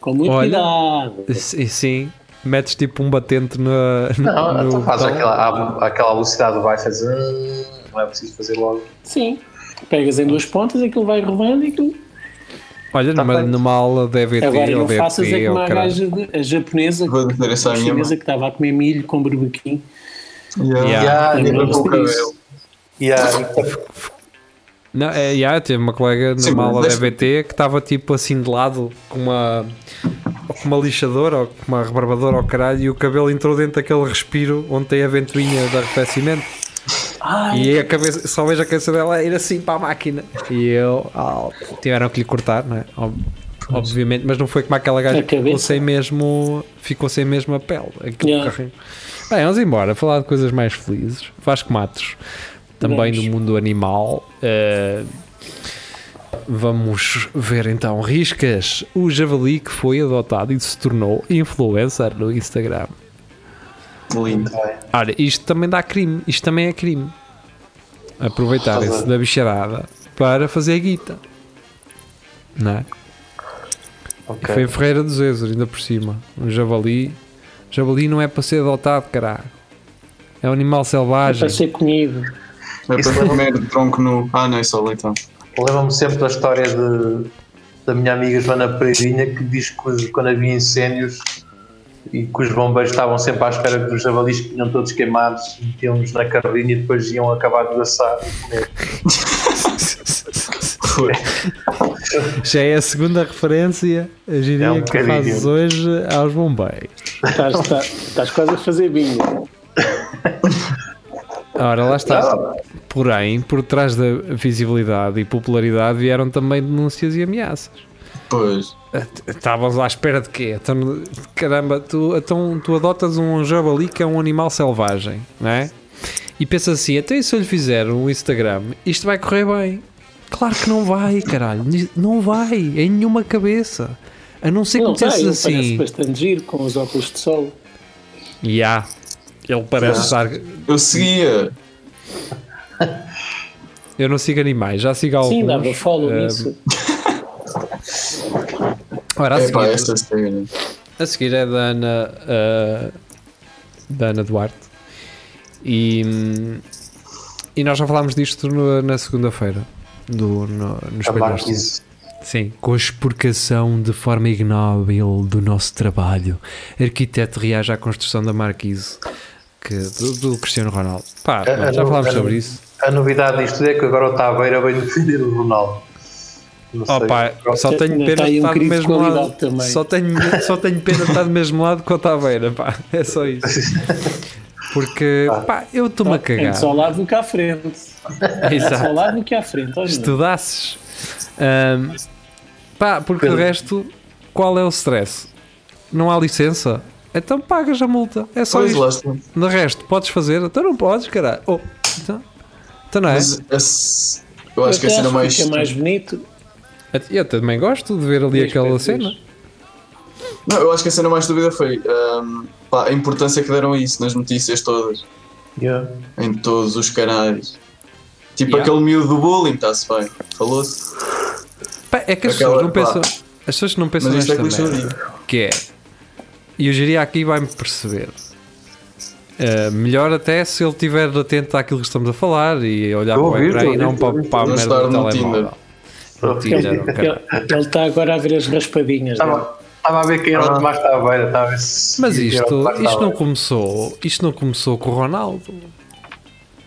E: Com muito
C: Olha.
E: cuidado.
C: Sim, sim. metes tipo um batente na, no,
F: Não,
C: no
F: então faz
C: botão.
F: aquela, aquela velocidade baixa, zzz, não é preciso fazer logo.
E: Sim. Pegas em duas pontas, aquilo vai rodando e aquilo.
C: Olha, numa,
F: feito.
C: numa aula de EVT
E: Agora
C: ou
E: não
C: DT
E: faças é
C: ou
E: como a
C: caralho.
E: gaja de- a japonesa,
D: Vou dizer isso
E: a
D: à minha mãe.
E: chinesa é que estava a comer milho com berbequim.
C: Yeah.
D: Yeah.
F: Yeah,
E: Eu
D: Ele
E: não
D: arrancou o
E: sei disso.
D: cabelo.
F: yeah.
C: Não, é, já, teve uma colega numa
D: Sim, mas
C: aula de
D: deixa-
C: EVT que estava tipo assim de lado com uma, ou com uma lixadora ou com uma rebarbadora ao caralho e o cabelo entrou dentro daquele respiro onde tem a ventoinha de arrefecimento.
E: Ai,
C: E a cabeça, só vejo a cabeça dela ir assim para a máquina. E eu, ah, tiveram que lhe cortar, não é? Ó, obviamente, mas não foi como aquela gaja
E: A
C: que ficou
E: cabeça.
C: sem, mesmo, ficou sem mesmo a pele. Aquilo
E: Yeah.
C: carrinho. Bem, vamos embora, falar de coisas mais felizes. Vasco Matos, também
E: Vamos.
C: do mundo animal. eh, Vamos ver então riscas. O javali que foi adotado e se tornou influencer no Instagram.
D: Lindo.
C: Ora, isto também dá crime, isto também é crime. Aproveitarem-se da bicharada para fazer a guita. Não é?
F: Ok.
C: Foi em Ferreira dos Ezos, ainda por cima. Um javali. Javali não é para ser adotado, caralho. É um animal selvagem.
E: Para ser comigo.
D: É
F: Isso
D: para
F: não-
D: comer de tronco nu. Ah, não, é só leitão.
F: Lembro-me sempre da história de- da minha amiga Joana Pereirinha que diz que os- quando havia incêndios e que os bombeiros estavam sempre à espera que os javalis que vinham todos queimados, metiam-nos na carrinha e depois iam acabar de assar É, e comer.
D: Foi.
C: Já é a segunda referência, a gíria
F: É um
C: que fazes
F: bocadinho.
C: hoje aos bombeiros.
E: Estás, tá- estás quase a fazer bingo.
C: Ora, lá está.
F: Ah.
C: Porém, por trás da visibilidade e popularidade vieram também denúncias e ameaças.
D: Pois.
C: Estavas à espera de quê? Então, caramba, tu, então, tu adotas um javali que é um animal selvagem, não é? E pensas assim, até se eu lhe fizer um Instagram, isto vai correr bem. Claro que não vai, caralho. ni- Não vai, em nenhuma cabeça. A não ser que
E: Não
C: me
E: sei,
C: penses
E: ele parece
C: assim.
E: bastante giro com os óculos de sol.
C: Ya. Ele parece estar.
D: Eu seguia.
C: Eu não sigo animais, já sigo alguns.
E: Sim, dava follow
C: Ah,
E: nisso.
C: Ora, a
D: É pá,
C: seguir-
D: esta série.
C: A seguir é da Ana, ah, da Ana Duarte. E, hum, e nós já falámos disto no- na segunda-feira. Do, no, no
F: A
C: Espelho Norte.
F: Marquise.
C: Sim. Com a exporcação de forma ignóbil do nosso trabalho, arquiteto reage à construção da Marquise que, do, do Cristiano Ronaldo. Pá,
F: A- a
C: já
F: no-
C: falámos
F: a no-
C: sobre isso.
F: A novidade disto é que agora o Taveira veio defender o Ronaldo. Não sei.
C: Oh, pá, só
E: Ainda
C: tenho
D: tá
C: pena
E: tem
C: de
E: um
C: estar do
E: crise de
C: mesmo
E: qualidade
C: lado.
E: também.
C: Só tenho, só tenho pena de estar do mesmo lado que o Taveira, pá. É só isso. Porque,
D: Ah.
C: pá, eu estou-me a cagar.
D: então
E: Antes ao lado do que à frente. Antes ao
C: Exato.
E: lado do que à frente. Olha,
C: Estudasses. Ahm, pá, porque o resto, qual é o stress? Não há licença? Então pagas a multa. É só
D: Pois lá
C: isso. De
D: está.
C: resto, podes fazer? Então não podes, caralho. Oh, então, então não é?
D: Mas esse- eu acho que
E: até
D: a cena mais.
E: fica mais bonito.
C: Eu também gosto de ver ali
E: Diz,
C: aquela
E: Pedro,
C: cena.
E: diz.
D: Não, eu acho que a cena mais dúvida foi hum, pá, a importância que deram a isso nas notícias todas,
F: Yeah.
D: em todos os canais. Tipo
C: Yeah.
D: aquele miúdo do bullying, está-se bem, falou-se.
C: Pá, é que as
D: Aquela-
C: pessoas não
D: pá.
C: pensam. As pessoas não pensam
D: Mas isto é
C: nesta merda,
D: clichê.
C: que é. E o Jiria aqui vai-me perceber. Uh, melhor até se ele estiver atento àquilo que estamos a falar e olhar
F: Estou a
C: para o
F: ouvir,
C: ecrã
F: estou a
C: e não para,
F: ouvir,
C: para a
D: estou
C: merda
D: a
C: do
D: estar no
C: telemóvel. No
F: Tinder.
C: Tinder, ok.
E: Ele ele está agora a ver as
D: Tá
E: raspadinhas. não é?
F: Estava, estava a ver quem era o Tomás Taveira. Estava a ver se-
C: Ah. Mas
F: quem era é o
C: isto,
F: Tomás
C: isto não
F: Taveira.
C: começou. Isto não começou com o Ronaldo.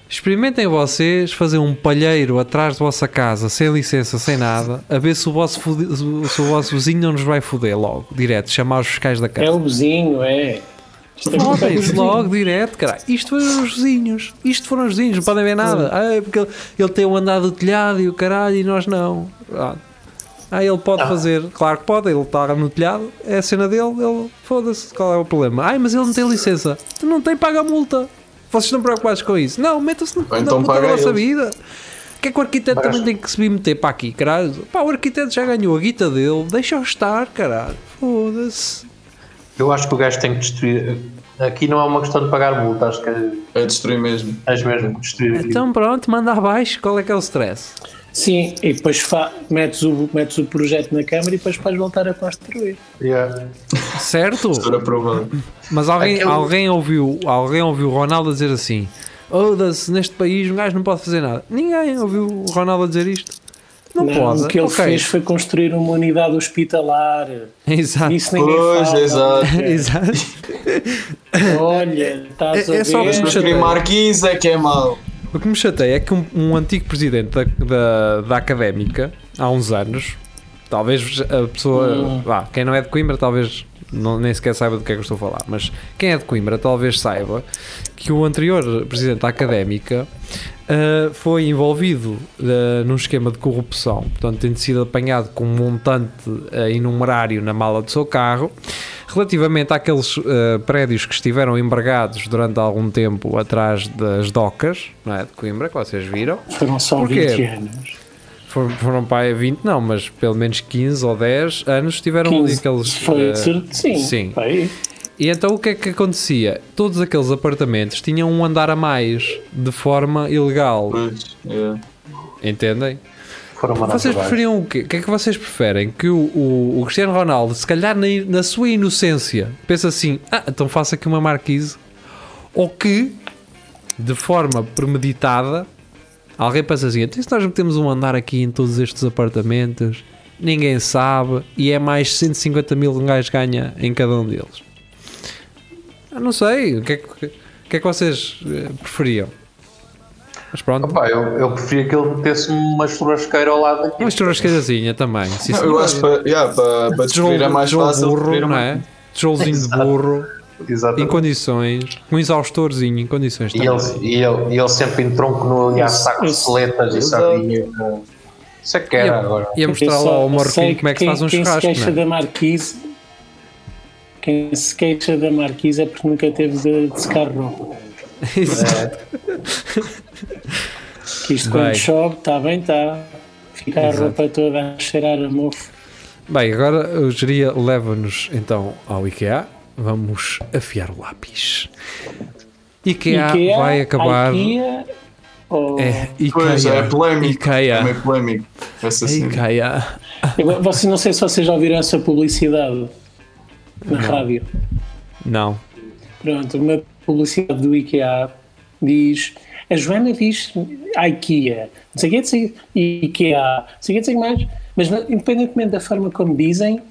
C: Experimentem vocês fazer um palheiro atrás da vossa casa, sem licença, sem nada, a ver se o vosso, fude- se o vosso vizinho não nos vai foder logo, direto, chamar os fiscais da casa.
E: É o vizinho, é. Isto é muito
C: Fodem-se
E: vizinho.
C: logo direto, caralho. Isto foram os vizinhos. Isto foram os vizinhos, não podem ver nada. Ah, é porque ele, ele tem o andar do telhado e o caralho e nós não. Ah, Ah, ele pode fazer, claro que pode, ele está no telhado, é a cena dele, ele foda-se, qual é o problema? Ai, mas ele não tem licença. Tu não tem, paga a multa. Vocês estão preocupados com isso? Não, metam-se no- na
D: Ou então
C: puta da
D: paga
C: vossa
D: ele.
C: vida. O que é que o arquiteto também tem que se meter para aqui, caralho? Pá, o arquiteto já ganhou a guita dele, deixa-o estar, caralho. Foda-se.
F: Eu acho que o gajo tem que destruir. Aqui não é uma questão de pagar multa, acho que é
D: É destruir mesmo.
F: mesmo que destruir.
C: Então pronto, manda abaixo, qual é que é o stress?
E: Sim, e depois fa- metes, o, metes o projeto na câmara e depois vais voltar a construir.
F: Yeah.
C: Certo?
D: Estou aprovado.
C: Mas alguém,
E: É,
F: Aquele-
C: alguém, ouviu, alguém ouviu o Ronaldo dizer assim: Oda-se, neste país um gajo não pode fazer nada. Ninguém ouviu o Ronaldo dizer isto. Não, pode.
E: o que ele
C: ok.
E: fez foi construir uma unidade hospitalar.
C: Exato.
E: Isso ninguém
D: Pois,
E: fala.
D: exato.
C: Exato.
E: Olha, estás
C: É-
E: a
C: é só
E: ver?
C: Mas
D: Mas
C: chateia.
D: querer Marquise é que é mau.
C: O que me chateia é que um, um antigo presidente da, da, da
E: Hum.
C: académica, há uns anos, talvez a pessoa. Vá, quem não é de Coimbra, talvez não- nem sequer saiba do que é que eu estou a falar, mas quem é de Coimbra talvez saiba que o anterior presidente da académica ah, foi envolvido ah, num esquema de corrupção, portanto, tendo sido apanhado com um montante ah, inumerário na mala do seu carro. Relativamente àqueles ah, prédios que estiveram embargados durante algum tempo atrás das docas não é, de Coimbra, que vocês viram,
E: Foram só
C: Porquê?
E: 20 anos.
C: foram, foram para aí 20, não, mas pelo menos 15 ou 10 anos tiveram ali
E: 15,
C: aqueles.
E: foi
C: eh,
E: de cer- sim,
C: sim.
E: foi.
C: E então o que é que acontecia? Todos aqueles apartamentos tinham um andar a mais de forma ilegal,
D: Pois, é.
C: entendem?
F: Foram mandados
C: Vocês
F: abaixo.
C: preferiam o quê? O que é que vocês preferem? Que o, o- o Cristiano Ronaldo, se calhar na, na sua inocência, pense assim: ah, então faça aqui uma marquise. Ou que, de forma premeditada, alguém pensa assim: então e se nós metemos um andar aqui em todos estes apartamentos, ninguém sabe, e é mais 150 mil um gajo ganha em cada um deles. Eu não sei, o que é que, o que, é que vocês eh, preferiam? Mas pronto.
F: Opa, eu, eu preferia que ele metesse uma churrasqueira ao lado daqui.
C: Uma churrasqueirazinha também. sim,
D: Não,
C: senhor.
D: eu acho que para, yeah, para, para descobrir é mais
C: tijolo
D: fácil.
C: burro,
D: descobrir é
C: não
D: mais-
C: é? Tijolinho de burro, em
F: Exatamente.
C: condições, com um exaustorzinho, em condições.
F: E
C: também.
F: ele, e, ele, e ele sempre em tronco no ali há saco de
E: isso-
F: seletas e
D: Exato.
F: sardinha. com- Isso é que era agora.
C: Ia mostrar
E: Eu
C: lá
E: só
C: ao
E: sei
C: Marquinhos como é que se
E: quem-
C: faz um
E: quem
C: churrasco,
E: Se queixa
C: não é?
E: da Marquise, quem se queixa da Marquise é porque nunca teve de, de secar roupa.
C: é? Exato.
E: Que isto
C: Bem.
E: quando chove, está bem, está. Fica
C: Exato.
E: a roupa toda a cheirar a mofo.
C: Bem, agora o Geria leva-nos então ao IKEA. Vamos afiar o lápis. IKEA, vai acabar.
E: IKEA, ou...
C: É, IKEA.
D: Pois é, é polémico. assim. É
C: IKEA.
D: meio polémico. Essa cena.
C: IKEA.
E: Eu- vocês- não sei se vocês já ouviram essa publicidade na rádio.
C: Não.
E: Pronto, uma publicidade do IKEA diz. A Joana diz IKEA, não sei o que, não sei o quê, IKEA, não sei o que, não sei o que mais, mas não- independentemente da forma como dizem,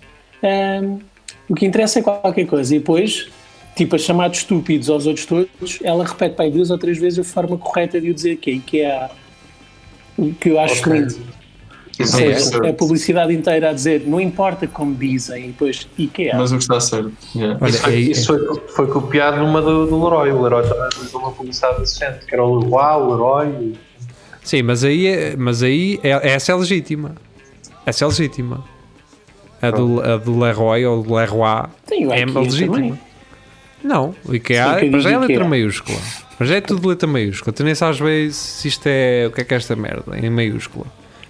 E: ahm, o que interessa é qualquer coisa. E depois, tipo, a chamar de estúpidos aos outros todos, ela repete para aí duas ou três vezes a forma correta de o dizer que é IKEA, o que eu acho
F: Ok.
E: lindo.
D: Isso
E: Ou
D: não
C: É.
D: está
E: seja, a
D: certo.
E: publicidade inteira a dizer, não importa como dizem, e depois IKEA.
D: Mas o que está certo. yeah.
C: Olha,
F: Isso, foi,
C: é-
F: isso foi- foi copiado numa do, do Leroy. O Leroy também usou uma publicidade desse género, que era o Leroy, o Leroy.
C: Sim, mas aí, é- mas aí é, essa é legítima. Essa é legítima. A do, a do Leroy ou do Leroy
E: Tem o
C: é
E: IKEA
C: legítima.
E: também.
C: Não, o IKEA,
E: Sim, que
C: mas já é
E: diz
C: letra
E: IKEA.
C: maiúscula. Mas já é tudo letra maiúscula. Tu nem sabes bem se isto é. O que é que é esta merda? Em maiúscula.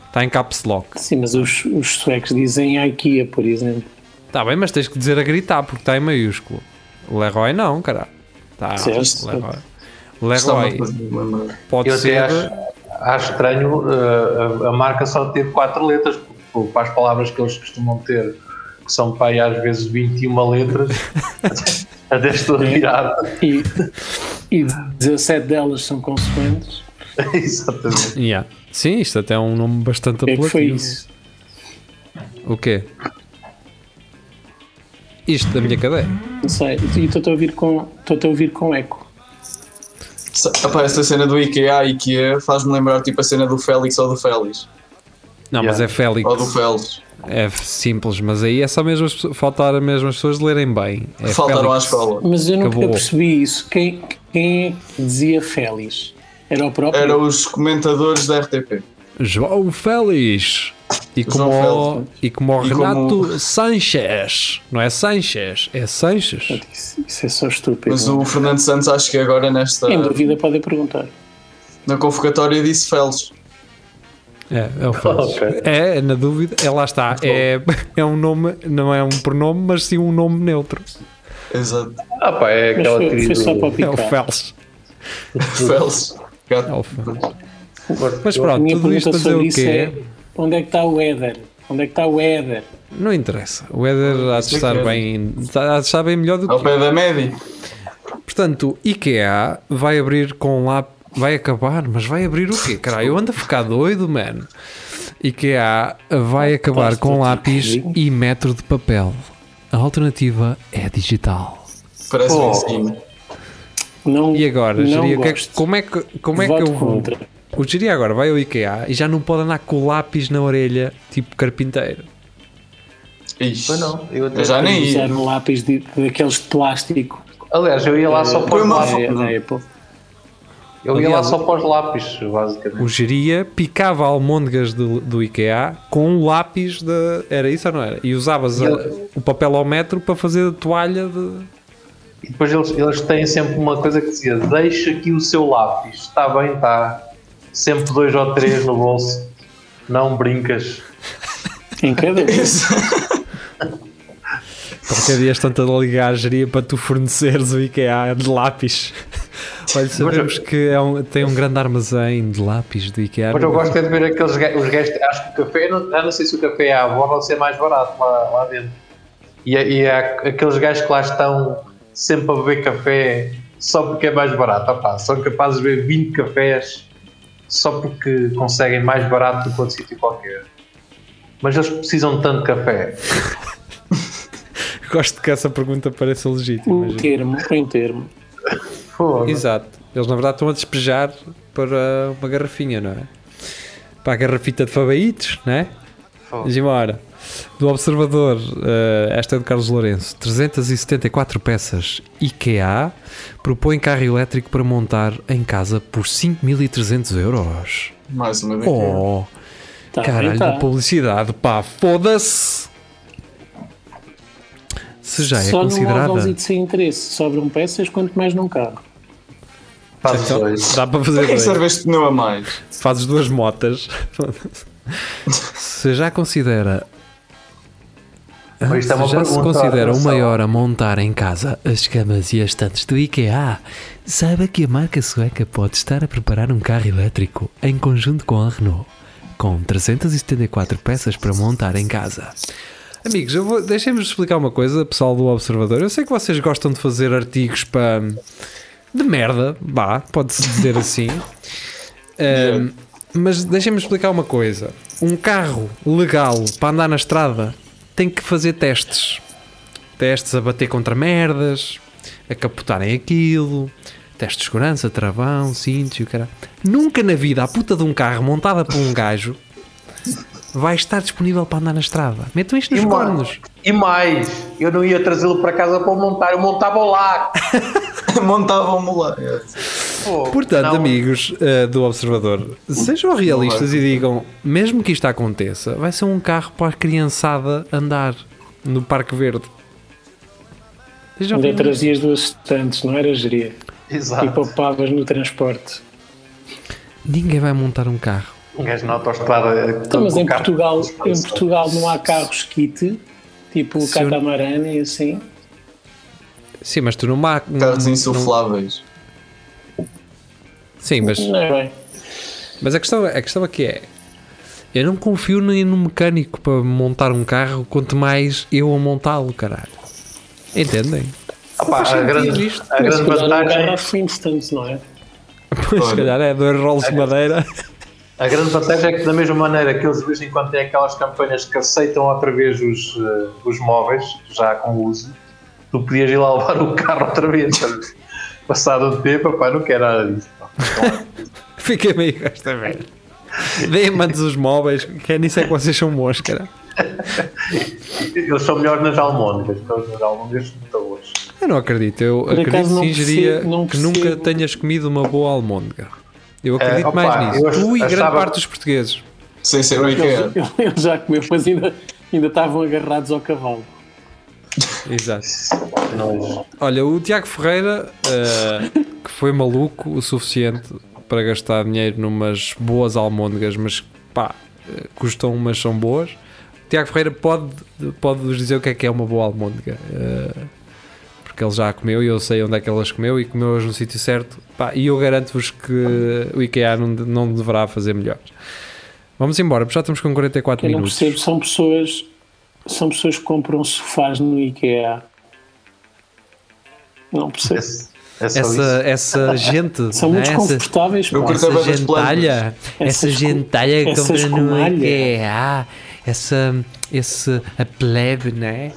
C: Está em caps lock.
E: Sim, mas os, os suecos dizem IKEA, por exemplo.
C: Está Tá bem, mas tens que dizer a gritar porque está em maiúsculo. Leroy não, cara. Está.
E: Certo.
C: Leroy.
D: Estava a
C: Leroy
D: fazer lembrar.
C: pode
F: Eu até
C: ser.
F: acho, acho estranho uh, a, a marca só ter quatro letras, porque para as palavras que eles costumam ter, que são para aí às vezes 21 letras, até estou virado.
E: E, e 17 delas são consequentes.
F: Exatamente.
C: Yeah. Sim, isto até é um nome bastante
E: O que é
C: apelativo.
E: que foi isso?
C: O quê? Isto da minha cadeira.
E: Não sei. E estou-te a ouvir com estou-te a ouvir com eco.
D: Sa- Epá, esta cena do IKEA, IKEA faz-me lembrar tipo a cena do Félix ou do Félix.
C: Não, mas
F: Yeah.
C: é Félix.
D: Ou do Félix.
C: É f- simples, mas aí é só mesmo as pessoas- faltar mesmo as pessoas lerem bem. É
D: Faltaram
C: Félix.
D: à escola.
E: Mas eu nunca
C: Acabou.
E: percebi isso. Quem, quem é que dizia Félix? Era o próprio?
D: Eram os comentadores da RTP.
C: João Félix. E como,
D: João
C: o- e como o
D: E como-
C: Renato Sanchez. Não é Sanchez, é Sanches.
E: Isso, isso é só estúpido.
D: Mas
E: não é?
D: o Fernando Santos acho que agora nesta
E: Em dúvida podem perguntar.
D: na convocatória disse Félix.
C: É, é o Félix.
F: Ok.
C: É, na dúvida, é lá está. É, é um nome, não é um pronome, mas sim um nome neutro.
D: Exato.
F: Ah, pá, é
E: Mas
F: aquela
E: foi, foi
F: teoria
E: só
F: do-
E: para o
C: É o
E: picar.
C: Félix.
D: Félix.
C: É
D: Gato.
C: o Félix. Mas
E: A
C: pronto,
E: minha
C: tudo isto
E: pergunta
C: para dizer
E: sobre
C: o
E: isso
C: quê?
E: é onde é que está o Éder? Onde é que está o Éder?
C: Não interessa. O Éder há de
D: Isso é
C: estar
D: que é.
C: bem, há de estar bem melhor do que
D: Ao pé da média.
C: Portanto, IKEA vai abrir com lá. Vai acabar, mas vai abrir o quê? Caralho, eu ando a ficar doido, mano. IKEA vai acabar com lápis e metro de papel. A alternativa é digital.
D: Parece
F: Oh.
D: em cima.
E: Não,
C: E agora,
E: não
C: Jeria, o que é que-
E: gosto.
C: como é que, como é que
E: Voto
C: eu vou?
E: contra.
C: O Jeria agora vai ao IKEA e já não pode andar com o lápis na orelha, tipo carpinteiro.
D: Ixi.
F: Foi não. Eu até
D: Eu já nem ia.
E: Usar um lápis de- daqueles de plástico
F: Aliás, eu ia lá só para
D: Foi
F: os
D: uma né?
F: lápis.
D: fo-
E: é,
D: Ah, não.
E: da Apple.
F: Eu ia lá
C: Aliás,
F: só para os lápis, basicamente.
C: O geria picava almôndegas do, do IKEA com um lápis da. Era isso ou não era? E usavas a- o papel ao metro para fazer a toalha de.
F: E depois eles, eles têm sempre uma coisa que dizia: deixa aqui o seu lápis, está bem, está. Sempre dois ou três no bolso, não brincas.
E: Em cada um.
C: Qualquer dia estão a ligar a geria para tu forneceres o IKEA de lápis. Olha, sabemos que é um- tem um grande armazém de lápis do IKEA.
F: Mas eu gosto é de ver aqueles ga- os gajos. Acho que o café, não- já não sei se o café é à borda ou se é mais barato lá, lá dentro. E, há- e há aqueles gajos que lá estão sempre a beber café só porque é mais barato. Opá, são capazes de beber 20 cafés só porque conseguem mais barato do que outro sítio qualquer. Mas eles precisam de tanto café.
C: Gosto que essa pergunta pareça legítima.
E: Um termo, um termo.
F: Fogo.
C: Exato. Eles na verdade estão a despejar para uma garrafinha, não é? Para a garrafita de Fabaítes, não é?
F: Fogo.
C: Vamos embora. Do Observador, eh, esta é do Carlos Lourenço. 374 peças IKEA propõe carro elétrico para montar em casa por 5.300 euros.
D: Mais uma vez.
C: Oh,
E: Tá,
C: caralho
E: tá.
C: da publicidade, pá, foda-se! Se já é
E: Só no
C: considerada.
E: móveis e um de sem interesse. Sobram peças, quanto mais não carro.
F: Faz os dois.
C: Dá para
D: Para
C: fazer
D: que
C: dois.
D: serve este pneu a mais?
C: fazes duas motas. se já considera.
F: Mas isto é uma
C: se já se
F: pergunta,
C: considera o
F: atenção.
C: maior a montar em casa as camas e as estantes do IKEA, saiba que a marca sueca pode estar a preparar um carro elétrico em conjunto com a Renault, com 374 peças para montar em casa. Amigos, eu vou- deixem-vos explicar uma coisa, pessoal do Observador. Eu sei que vocês gostam de fazer artigos para. de merda, vá, pode-se dizer assim. Ahm, mas deixem-me explicar uma coisa: um carro legal para andar na estrada tem que fazer testes. Testes a bater contra merdas, a capotarem aquilo, testes de segurança, travão, cintos e o cara. Nunca na vida a puta de um carro montada por um gajo vai estar disponível para andar na estrada. Metam isto nos
F: E mais-
C: cornos.
F: E mais, eu não ia trazê-lo para casa para o montar, eu montava lá.
D: Montavam-me lá. É.
F: Fogo.
C: Portanto,
F: Não,
C: amigos eh, do Observador, sejam realistas e digam: mesmo que isto aconteça, vai ser um carro para a criançada andar no Parque Verde. Sejam
E: Ainda
C: realistas.
E: trazias duas estantes, não era geria.
F: Exato.
E: E poupavas no transporte.
C: Ninguém vai montar um carro.
F: Um gajo na autostrada.
E: Então, mas em Portugal, em Portugal não há carros kit, tipo o
C: Se eu-
E: catamarã e assim.
C: Sim, mas tu não há.
D: Carros insufláveis.
C: Sim, mas,
E: Não é bem.
C: mas a, questão, a questão aqui é: eu não confio nem no mecânico para montar um carro, quanto mais eu a montá-lo, caralho. Entendem?
F: a grande,
C: isto.
F: a
E: Mas
F: grande
E: se calhar um carro
F: vantagem,
E: a Flintstones, não é?
C: Pois, se calhar é dois rolos de madeira.
F: a grande vantagem é que, da mesma maneira que eles de vez em quando têm aquelas campanhas que aceitam outra vez os, eh, os móveis, já com uso, tu podias ir lá levar o carro outra vez. sabe? Passado um tempo, pá, não quero nada disso. pá.
C: Fiquem meio com esta merda. Deem-me antes os móveis, que é nisso é que vocês são bons, cara.
F: Então, Eles são melhores nas almôndegas, então nas almôndegas são muito boas.
C: Eu não acredito, eu acredito
E: acaso não
C: sim, geria,
E: percebo- não
C: que nunca
E: percebo.
C: tenhas comido uma boa almôndega. Eu acredito
F: É, opa,
C: mais
F: eu
C: nisso.
F: ach-
C: Tu e grande
F: achava-
C: parte dos portugueses.
D: Sem ser o IKEA.
E: Ele, ele já comeu, mas ainda, ainda estavam agarrados ao cavalo.
C: Exato.
F: Não-
C: Olha, o Tiago Ferreira, eh, que foi maluco o suficiente para gastar dinheiro numas boas almôndegas, mas pá, eh, custam umas são boas. O Tiago Ferreira pode, pode vos dizer o que é que é uma boa almôndega. eh, porque ele já a comeu e eu sei onde é que elas comeu e comeu-as no sítio certo. Pá, e eu garanto-vos que o IKEA não, de- não deverá fazer melhor. Vamos embora, porque já estamos com 44
E: Eu não
C: minutos.
E: percebo, são pessoas, são pessoas que compram sofás no IKEA. Não percebo.
F: É, só isso.
C: Essa, essa gente,
E: São
C: não é?
E: muito
C: Essa-
E: confortáveis.
D: Eu
E: pá.
D: curto-
C: essa
D: Cortava das
C: gentalha, essa
E: Essas cu-
C: gentalha que
E: essas
C: compra no
E: comalha.
C: IKEA, essa, esse, a plebe, né?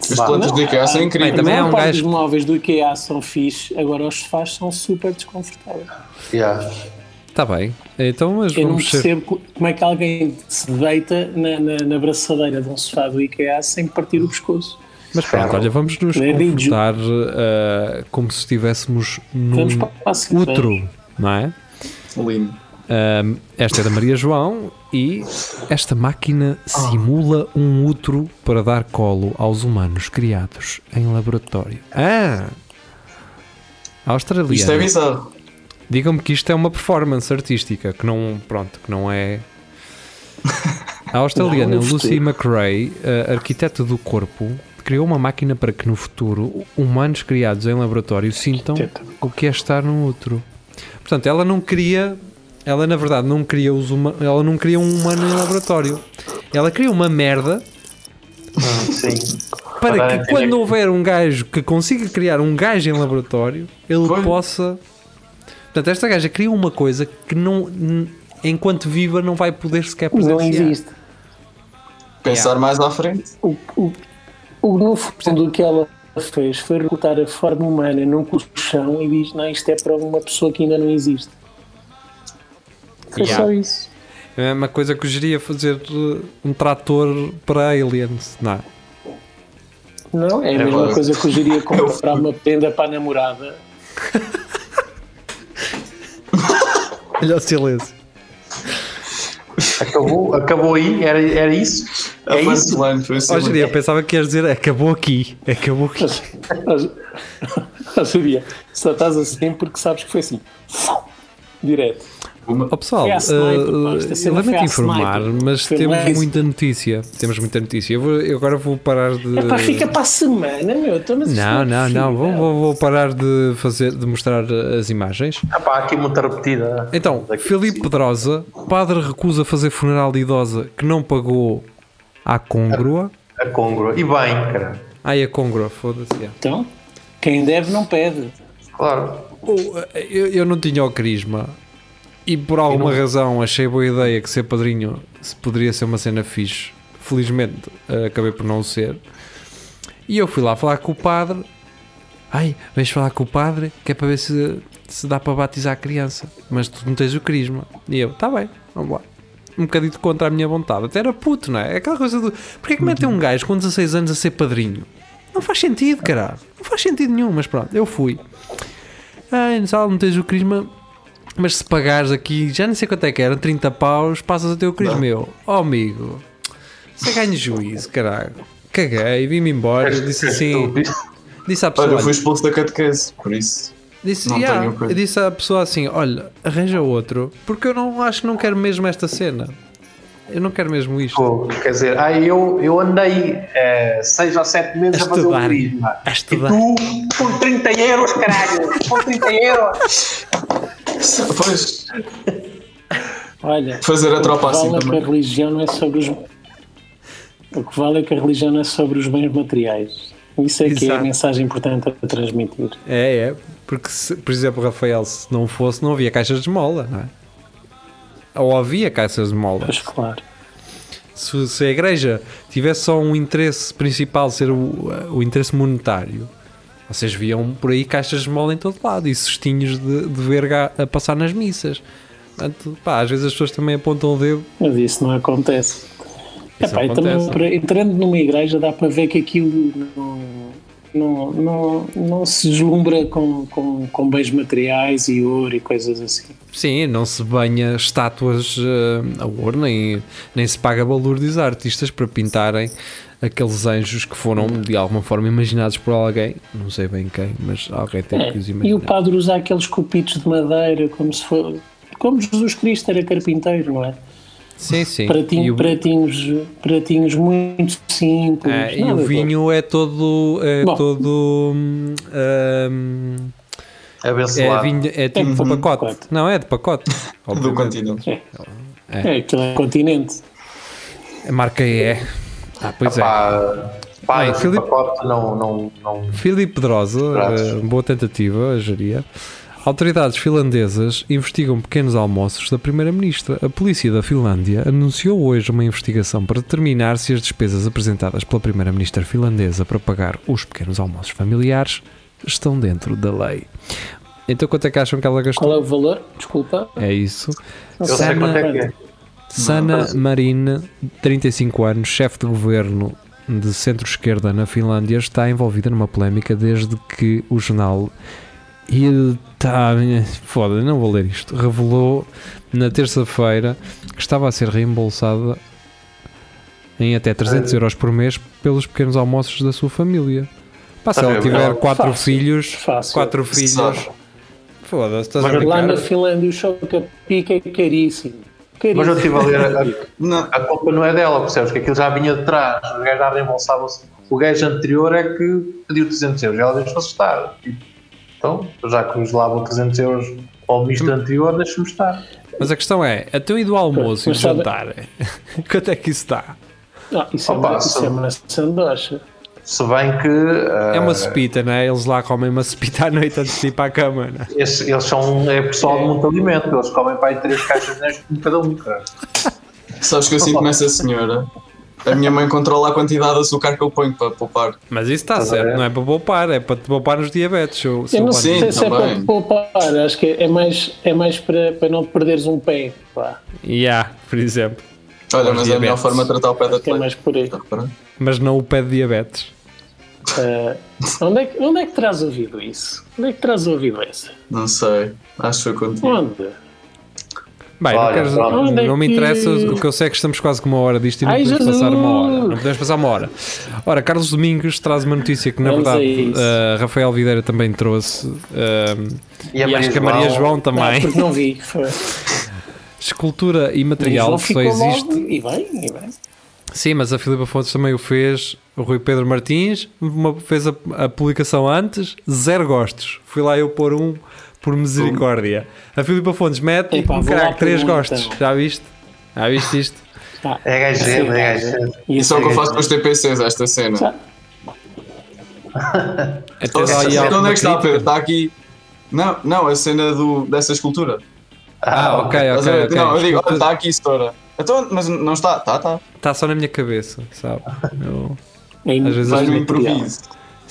D: Os planos
E: Não,
D: do IKEA são
C: Bem,
D: incríveis.
C: também é
E: a
C: um
E: maior parte
C: gajo-
E: dos móveis do IKEA são fixe, agora os sofás são super desconfortáveis.
F: Yeah.
C: Está bem. Então, mas
E: Eu não
C: vamos ser.
E: percebo co- como é que alguém se deita na, na, na braçadeira de um sofá do IKEA sem partir o pescoço.
C: Mas pronto, olha, vamos nos
E: Nem digo.
C: comportar ah, como se estivéssemos num
E: Vamos para a segunda.
C: outro, não é?
D: Lindo.
C: Ahm, esta é da Maria João e esta máquina
E: Ah.
C: simula um útero para dar colo aos humanos criados em laboratório. Ah!
D: Isto é
C: Australiana.
D: bizarro.
C: Digam-me que isto é uma performance artística, que não, pronto, que não é. A australiana
E: Não, eu
C: Lucy
E: gostei.
C: McRae, a arquiteta do corpo, criou uma máquina para que no futuro humanos criados em laboratório sintam
E: Arquiteta.
C: o que é estar num útero. Portanto, ela não queria, ela na verdade não queria os huma- ela não queria um humano em laboratório. Ela queria uma merda
F: Sim.
C: para
F: Agora
C: que
E: é
F: entendi.
C: quando houver um gajo que consiga criar um gajo em laboratório, ele
D: Pois.
C: possa. Portanto, esta gaja cria uma coisa que não, n- enquanto viva, não vai poder sequer
E: Não
C: presenciar.
E: existe.
D: Pensar mais à frente.
E: O, o, o, no fundo, o que ela fez foi recrutar a forma humana num colchão e diz: Não, isto é para uma pessoa que ainda não existe. Foi
C: Yeah.
E: só isso.
C: É uma coisa que eu geria fazer uh, um trator para aliens. Não.
E: Não, é a
F: É
E: mesma
D: verdade.
E: coisa que eu diria comprar uma prenda para a namorada.
C: Olha o silêncio.
F: Acabou, acabou aí? Era, era isso?
D: A
F: É isso?
D: punchline foi assim.
C: Ó, geria, eu pensava que ias dizer acabou aqui. Acabou
E: É
C: aqui.
E: Seria, só estás assim porque sabes que foi assim. Direto.
D: Uma-
C: Ó pessoal,
E: Foi à sniper,
C: uh,
E: pá, esta
C: eu
E: cena foi
C: lamento
E: à
C: informar,
E: sniper.
C: mas
E: Foi
C: temos
E: laser.
C: muita notícia. Temos muita notícia. Eu, vou- eu agora vou parar de.
E: Epá, É fica para a semana, meu. Então, mas isto
C: Eh, Não,
E: é
C: não, não. Vou,
E: possível.
C: vou- vou parar de, fazer, de mostrar eh, as imagens.
F: Ah, pá, aqui muita repetida.
C: Então,
F: Daqui-
C: Filipe Pedrosa, padre recusa fazer funeral de idosa que não pagou à congrua.
F: A Congro. E bem, cara.
C: Ai, a congrua, foda-se. é. yeah.
E: Então, quem deve não pede.
F: Claro.
C: Oh, Eu, eu não tinha o carisma e por alguma razão achei boa ideia que ser padrinho se poderia ser uma cena fixe. Felizmente eh, acabei por não o ser. E eu fui lá falar com o padre. Ai, vens falar com o padre que é para ver se, se dá para batizar a criança. Mas tu não tens o carisma. E eu, tá bem, vamos lá. Um bocadito contra a minha vontade. Até era puto, não é? É Aquela coisa do. Porquê é que metem um gajo com 16 anos a ser padrinho? Não faz sentido, caralho. Não faz sentido nenhum, mas pronto, eu fui. Ai, não sabe, não tens o crisma, mas se pagares aqui, já não sei quanto é que era, 30 paus, passas a ter o crisma. meu oh, amigo, você ganha juízo, caralho. Caguei, vim-me embora, disse assim, disse à pessoa,
D: Olha, eu
C: olha,
D: fui expulso da catequese, por isso.
C: disse,
D: não
C: "Ya",
D: tenho um coisa.
C: eu disse à pessoa assim, olha, arranja outro, porque eu não acho que não quero mesmo esta cena. Eu não quero mesmo isto.
F: Pô, Quer dizer, ah, eu, eu andei 6 ou 7 meses
C: A
F: a, fazer o
C: estudar.
F: turismo.
C: A estudar.
F: E tu, por 30 euros, caralho. Por 30 euros.
D: Pois,
E: Olha,
D: fazer a tropa
E: O que
D: assim
E: vale é que a
D: também.
E: religião não é sobre os. O que vale é que a religião não é sobre os bens materiais. Isso é que é a
C: Exato.
E: mensagem importante a transmitir.
C: É, é, porque, se, por exemplo, Rafael, se não fosse, não havia caixas de mola, não é? Ou havia caixas de mola.
E: Pois claro.
C: se, se a igreja tivesse só um interesse principal ser o, o interesse monetário, vocês viam por aí caixas de mola em todo lado e cestinhos de, de verga a, a passar nas missas. Portanto, pá, às vezes as pessoas também apontam o dedo.
E: Mas isso não acontece.
C: Isso
E: Epá, e
C: acontece,
E: também,
C: não?
E: para- entrando numa igreja dá para ver que aquilo não, não, não, não se deslumbra com, com, com bens materiais e ouro e coisas assim.
C: Sim, não se banha estátuas eh, a ouro, nem, nem se paga balúrdios a artistas para pintarem aqueles anjos que foram de alguma forma imaginados por alguém, não sei bem quem, mas alguém teve
E: É,
C: que os
E: E o
C: imaginar.
E: padre usa aqueles cupidos de madeira como se fosse. Como Jesus Cristo era carpinteiro, não é?
C: Sim, sim.
E: Pratinho-
C: E o-
E: pratinhos, pratinhos muito simples.
C: É, e
E: nada
C: o
E: de-
C: vinho é todo. É
E: Bom.
C: todo. hum, hum, é,
F: Abençoado.
C: vinho, é tipo
E: Uhum.
C: de pacote.
E: Pacote.
C: Não, é de pacote.
D: Do
C: Obviamente.
D: continente.
E: É, aquilo é continente.
C: A marca é. Ah, pois é.
F: Pá, pá,
C: Olha,
F: esse
C: Filipe-
F: pacote não, não, não.
C: Filipe Pedrosa,
F: Pratos.
C: eh, boa tentativa, geria. Autoridades finlandesas investigam pequenos almoços da Primeira-Ministra. A polícia da Finlândia anunciou hoje uma investigação para determinar se as despesas apresentadas pela Primeira-Ministra finlandesa para pagar os pequenos almoços familiares estão dentro da lei. Então quanto é que acham que ela gastou?
E: Qual é o valor? Desculpa.
C: É isso.
E: Não
F: Eu sei
C: Sana-
F: quanto é que é.
C: Sana
F: Não.
C: Marin, 35 anos, chefe de governo de centro-esquerda na Finlândia, está envolvida numa polémica desde que o jornal Ilta- foda, não vou ler isto, revelou na terça-feira que estava a ser reembolsada em até 300 euros por mês pelos pequenos almoços da sua família. Pá, se
F: Ah,
C: ela
F: é
C: tiver
F: verdade.
C: quatro
E: Fácil.
C: filhos,
E: Fácil.
C: quatro filhos,
D: Sabe.
C: foda-se, estás a
F: Mas
E: Lá
C: brincar?
E: na Finlândia o choca-pica é caríssimo.
F: Mas eu estive
E: Caríssimo.
F: a ler, a,
D: Não,
F: a culpa não é dela, percebes? Que aquilo já vinha de trás, os gajos já reembolsavam-se. O gajo anterior é que pediu 300 euros e ela deixou-se estar. Então, já que nos lavam 300 euros ao misto
C: Hum.
F: anterior, deixa-me estar.
C: Mas a questão é, até o e do almoço e do
E: Mas sabe-
C: jantar, quanto é que isso está?
E: Ah, isso,
F: Opa,
E: é, uma- isso
F: são-
E: é uma sandocha.
F: Se bem que.
C: É
F: ah,
C: uma sopita, não é? Eles lá comem uma sopita à noite antes de ir para a cama, não é?
F: Esse- eles são é pessoal de muito alimento, eles comem para aí três caixas de neste cada um, cara.
D: sabes que eu sinto-me essa senhora. A minha mãe controla a quantidade de açúcar que eu ponho para poupar.
C: Mas isso está
F: Estás a
C: certo,
F: ver?
C: não é para poupar, é para te poupar nos diabetes. se eu- se
E: Eu
C: eu
E: não
C: quando-
D: Sim,
E: sei se é para
D: também.
E: te poupar, acho que é mais, é mais para, para não perderes um pé. Pá.
C: Yeah, por exemplo.
D: Olha,
C: Os
D: mas é a melhor
C: diabetes.
D: forma de tratar o pé da
E: É mais por aí.
D: tua.
C: Mas não o pé de diabetes.
E: Ah, onde, é que, onde é que terás ouvido isso? Onde é que terás ouvido essa?
D: Não sei. Acho que foi contigo.
E: Onde?
C: Bem, não,
F: Olha,
C: queres-
F: pronto.
C: não-
E: Onde é
C: não me
E: que-
C: interessa, o que eu sei é que estamos quase com uma hora disto e não
E: Ai,
C: podemos
E: Jesus!
C: passar uma hora. Não podemos passar uma hora. Ora, Carlos Domingos traz uma notícia que na
E: Vamos a
C: verdade
E: isso.
C: ah, Rafael Videira também trouxe. ah,
F: E a
C: e acho que a Maria João também.
E: Não, Ah, porque não vi. Foi.
C: Escultura
E: João
C: imaterial só
E: ficou
C: existe.
E: logo, E bem, e bem.
C: Sim, mas a Filipa Fontes também o fez. O Rui Pedro Martins uma- fez a, a publicação antes, zero gostos. Fui lá eu pôr um por misericórdia. A Filipa Fontes mete
E: Epá,
C: um
E: vou lá
C: craque,
E: pôr um,
C: três gostos.
E: então.
C: Já viste? Já viste isto?
E: Ah,
F: É gajo, é
E: sim,
F: gajo.
E: E
D: Isso é o que eu faço com os TPCs, esta cena.
E: Já.
C: Até
D: Então,
C: dá aí
D: então
C: alguma
D: onde é que está,
C: crítica.
D: Pedro? Está aqui. Não, não, a cena do, dessa escultura.
C: Ah, ok,
D: Estás a
C: ok.
D: ver?
C: ok.
D: Não, eu digo, olha,
C: Escultura-
D: está aqui, senhora. Então, mas não está? Está, está.
C: Está só na minha cabeça, sabe? Eu-
E: Em-
C: Às vezes
D: Vai no
C: Mas-
D: um
C: é
D: improviso.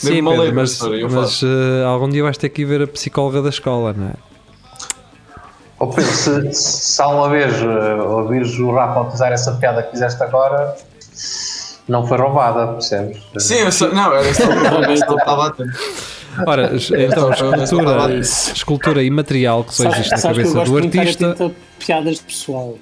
D: Dê-me
C: Sim,
D: uma
C: Pedro,
D: letra,
C: mas,
D: senhora, eu
C: mas eh, algum dia vais ter que ir ver a psicóloga da escola, não é?
F: Ou Pedro, se, se há uma vez eh, ouvires o Rafa utilizar essa piada que fizeste agora, não foi roubada, percebes?
D: Sim, eu sei. Não, era só eu só estava atento.
C: Ora, es- então, escultura, escultura imaterial que só
E: Sabes-
C: existe na
E: sabes que eu
C: cabeça do
E: gosto de
C: artista.
E: brincar atento a piadas de pessoal.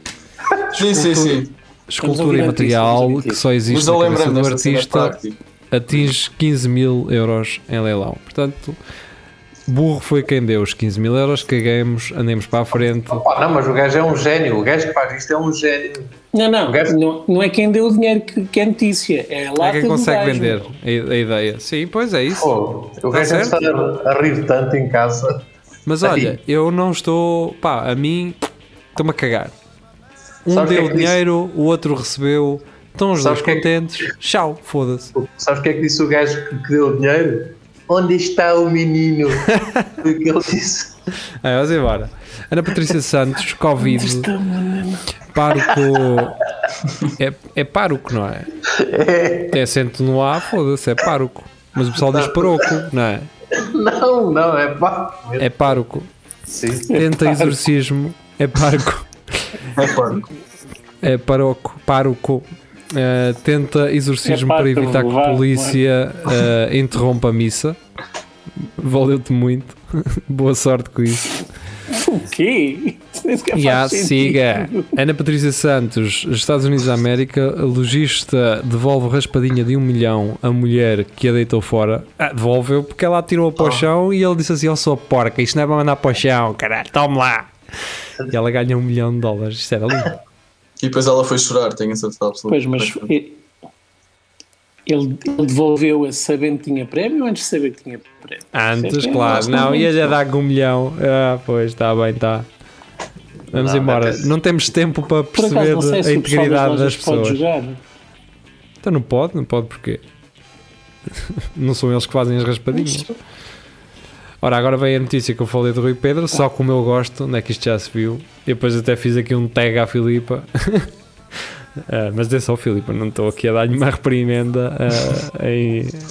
D: Sim, sim, sim.
E: Estamos a
C: escultura
E: ouvir antes,
C: imaterial
E: estamos a ouvir
C: que só existe
D: Mas eu
C: na cabeça
D: lembrei-me
C: do
D: desta cena é
C: artista
D: prática.
C: atinge 15 mil euros em leilão. Portanto, burro foi quem deu os 15 mil euros, caguemos, andemos para a frente.
F: Opa, não, mas o gajo é um gênio, o gajo que faz isto é um gênio.
E: Não, não,
F: gajo-
E: não, não é quem deu o dinheiro que, que é notícia, é a
C: Como é
E: lata
C: que
E: do
C: consegue
E: gajo.
C: vender a, a ideia? Sim, pois é isso.
F: Pô, o gajo deve
C: certo.
F: estar a, a rir tanto em casa.
C: Mas olha, eu não estou. pá, a mim estou-me a cagar. Um
F: Sabes o que
C: deu
F: é que disse?
C: dinheiro, o outro recebeu. Estão os dois
F: Sabes o que é que-
C: contentes. Tchau, foda-se.
F: Sabes o que é que disse o gajo que, que deu o dinheiro? Onde está o menino? Foi o que ele disse.
C: É, vamos embora. Ana Patrícia Santos, Covid. Pároco. É, é pároco, não é? É acento no A, foda-se, é pároco. Mas o pessoal diz paroco, não é?
F: Não, não, é pá.
C: É pároco.
F: Sim.
E: É
C: Tenta exorcismo, é pároco.
D: É porco.
C: É paroco, pároco. Eh, tenta exorcismo
E: É
C: para
E: pároco,
C: evitar que a
E: vá,
C: polícia eh, interrompa a missa. Valeu-te muito. Boa sorte com isso.
E: O quê? Isso nem sequer
C: Já
E: faz sentido.
C: siga. Ana Patrícia Santos, Estados Unidos da América, logista devolve raspadinha de um milhão à mulher que a deitou fora. Ah, devolveu porque ela atirou
E: Oh.
C: para o chão e ele disse assim: Eu sou porca, isto não é para mandar para o chão, caralho, toma lá. E ela ganha um milhão de dólares. Isto era lindo.
D: E depois ela foi chorar, tenho a certeza absoluta. é
E: Pois, mas e- ele, ele devolveu-a sabendo que tinha prémio ou antes de saber que tinha prémio?
C: Antes,
E: Ah, Sim,
C: claro,
E: sim,
C: não,
E: sim.
C: ia-lhe dar com um milhão. Ah, pois, está bem, está. Vamos
F: Não,
C: embora.
F: mas-
C: Não temos tempo para
E: é Por acaso
C: perceber
E: não sei
C: a
E: se o pessoal
C: integridade
E: das
C: das
E: lojas pode
C: pessoas.
E: jogar.
C: Então não pode, não pode porquê? Não são eles que fazem as raspadinhas. Ora, agora vem a notícia que eu falei do Rui Pedro, só com o meu gosto, não é que isto já se viu. E depois até fiz aqui um tag à Filipa. Ah, mas dê só Filipa, não estou aqui a dar-lhe uma reprimenda eh,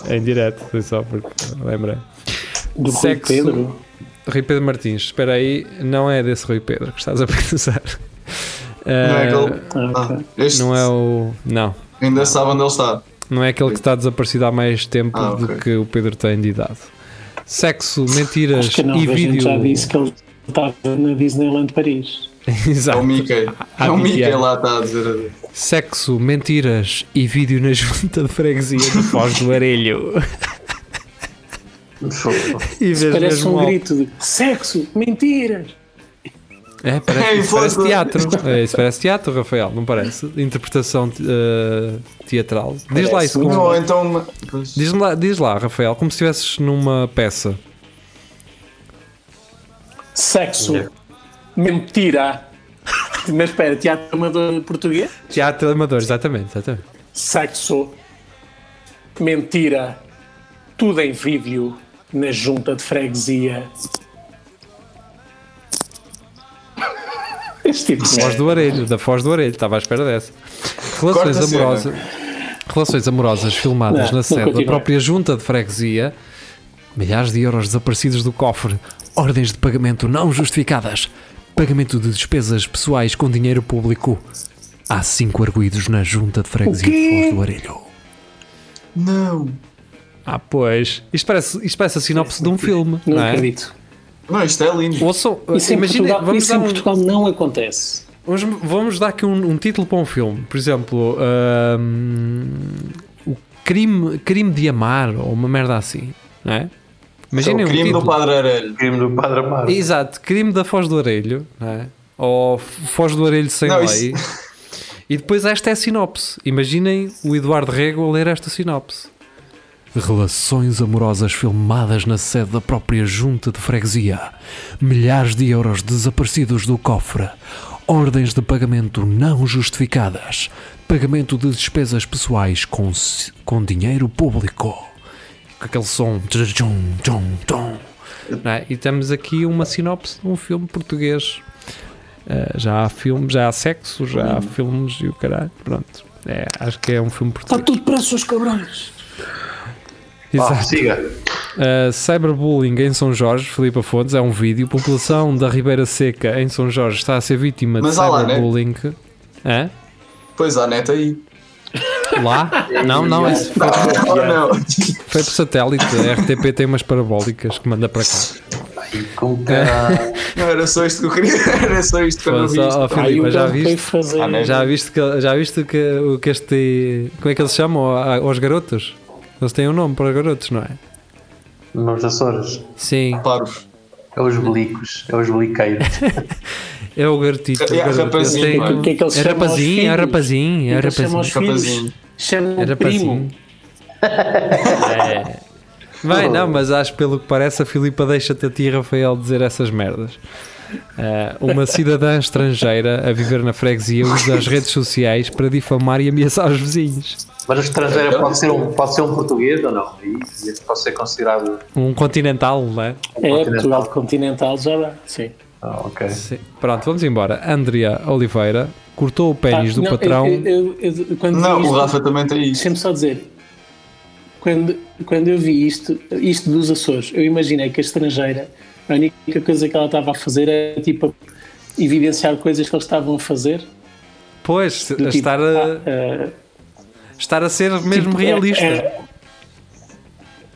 C: ah, em, em direto, foi só porque lembrei.
E: Do Rui
C: Sexo.
E: Pedro.
C: Rui Pedro Martins, espera aí, não é desse Rui Pedro que estás a pensar.
D: Não
C: Eh,
D: é aquele.
E: Ah,
D: Ah, este
C: não é o. Não.
D: ainda sabe onde ele está.
C: Não é aquele que está desaparecido há mais tempo
D: Ah, ok.
C: do que o Pedro tem de idade. Sexo, mentiras
E: Acho que não,
C: e
E: a gente
C: vídeo.
E: já disse que ele estava na Disneyland Paris.
D: É
C: Exato.
D: o Mickey.
C: Ah,
D: É o Mickey
C: Mickey.
D: lá está a dizer adeus.
C: Sexo, mentiras e vídeo na junta de freguesia de Foz do Arelho. E vês
E: Parece
C: mesmo
E: um
C: ao-
E: grito de sexo, mentiras.
C: É, parece,
D: Ei,
C: isso parece
D: foda-se.
C: teatro. É, isso parece teatro, Rafael, não parece? Interpretação eh, teatral. Diz lá isso.
D: Não,
C: como-
D: então. pois,
C: Diz-me lá, diz lá, Rafael, como se estivesses numa peça.
E: Sexo, mentira. Mas espera, teatro amador português?
C: Teatro amador, exatamente, exatamente.
E: Sexo, mentira, tudo em vídeo na junta de freguesia. Este tipo de
C: Foz do Arelho, da Foz do Arelho, estava à espera dessa. Relações
D: Corta a cena.
C: amorosas. Relações amorosas
E: Não,
C: filmadas
E: não
C: na sede da
E: continua.
C: própria junta de freguesia. Milhares de euros desaparecidos do cofre. Ordens de pagamento não justificadas. Pagamento de despesas pessoais com dinheiro público. Há cinco arguídos na junta de freguesia
E: O quê?
C: de Foz do Arelho.
D: Não.
C: Ah, pois. Isto parece, isto parece a sinopse de um filme, não,
E: Não
C: é?
E: acredito.
D: Não, isto é lindo.
C: Ouçam,
E: Isso em
C: imagina,
E: Portugal,
C: vamos
E: isso é
C: dar
E: em
C: um,
E: Portugal não acontece.
C: Vamos, vamos dar aqui um, um título para um filme. Por exemplo, hum, o crime, crime de Amar, ou uma merda assim. Não é?
D: É
C: Imaginem
D: o
C: um
D: crime
C: título.
D: do Padre Arelho.
F: crime do Padre Amaro.
C: Exato, crime da Foz do Arelho. Não é? Ou Foz do Arelho sem
D: Não,
C: lei. E depois esta é a sinopse. Imaginem o Eduardo Rego a ler esta sinopse. Relações amorosas filmadas na sede da própria junta de freguesia. Milhares de euros desaparecidos do cofre. Ordens de pagamento não justificadas. Pagamento de despesas pessoais com, si- com dinheiro público. Com aquele som. Tchum, tchum, tchum. Não é? E temos aqui uma sinopse de um filme português. Eh, já há filmes, já há sexo, já
E: Uhum.
C: há filmes e o caralho. Pronto. É, acho que é um filme
E: Está
C: português.
E: tudo para os seus cabrões.
F: Vá,
D: Ah,
C: Exato.
F: Ah, siga.
C: Uh, cyberbullying em São Jorge, Filipe Afontes, é um vídeo. População da Ribeira Seca em São Jorge está a ser vítima
D: Mas
C: de
D: há lá, né?
C: cyberbullying. Hã?
D: Pois há neta aí.
C: Lá? Não, não, isso
F: Ah,
C: foi,
D: Oh, não.
C: foi por satélite. A RTP tem umas parabólicas que manda para cá.
F: Com caralho.
D: Não, era só isto que eu queria. Era só isto que eu não vi.
C: Só, ó,
D: isto.
E: Aí
C: Filipe,
E: o
C: já
E: gajo veio
C: viste?
E: fazer.
D: Ah, não é?
C: Já viste que, já viste que, o que este. Como é que eles chamam? a- Aos garotos? Eles têm um nome para garotos, não é?
F: Nos Açores.
C: Sim,
D: Parvos.
F: É os belicos. É os beliqueiros.
C: é o garotito.
D: É, é
C: o garoto. Eles
D: rapazinho,
C: têm-
D: não é?
E: O que é que eles
C: é
E: chamam aos
C: rapazinho, é
E: filhos?
C: rapazinho, é
E: Então chama
C: rapazinho.
E: aos filhos.
D: Rapazinho.
E: Chama
C: Era
E: o
C: para
E: primo.
C: assim. Bem, não, mas acho que pelo que parece a Filipa deixa-te a ti, Rafael, dizer essas merdas. Ah, uma cidadã estrangeira a viver na freguesia usa as redes sociais para difamar e ameaçar os vizinhos.
F: Mas a estrangeira pode ser, um, pode ser um português ou não? E, e pode ser considerado.
C: Um continental, não é?
E: É, Portugal continental já dá. Sim.
F: Ah, ok.
C: Sim. Pronto, vamos embora. Andrea Oliveira cortou o pênis do
E: Ah, não,
C: patrão.
E: eu- eu- eu- quando
D: Não,
E: vi
D: o
E: isto-
D: Rafa também tem isso.
E: Deixa-me só dizer. Quando, quando eu vi isto, isto dos Açores, eu imaginei que a estrangeira, a única coisa que ela estava a fazer era tipo evidenciar coisas que eles estavam a fazer.
C: Pois,
E: do
C: a
E: tipo,
C: estar, a,
E: ah,
C: estar a ser mesmo
E: tipo,
C: realista.
E: é- é-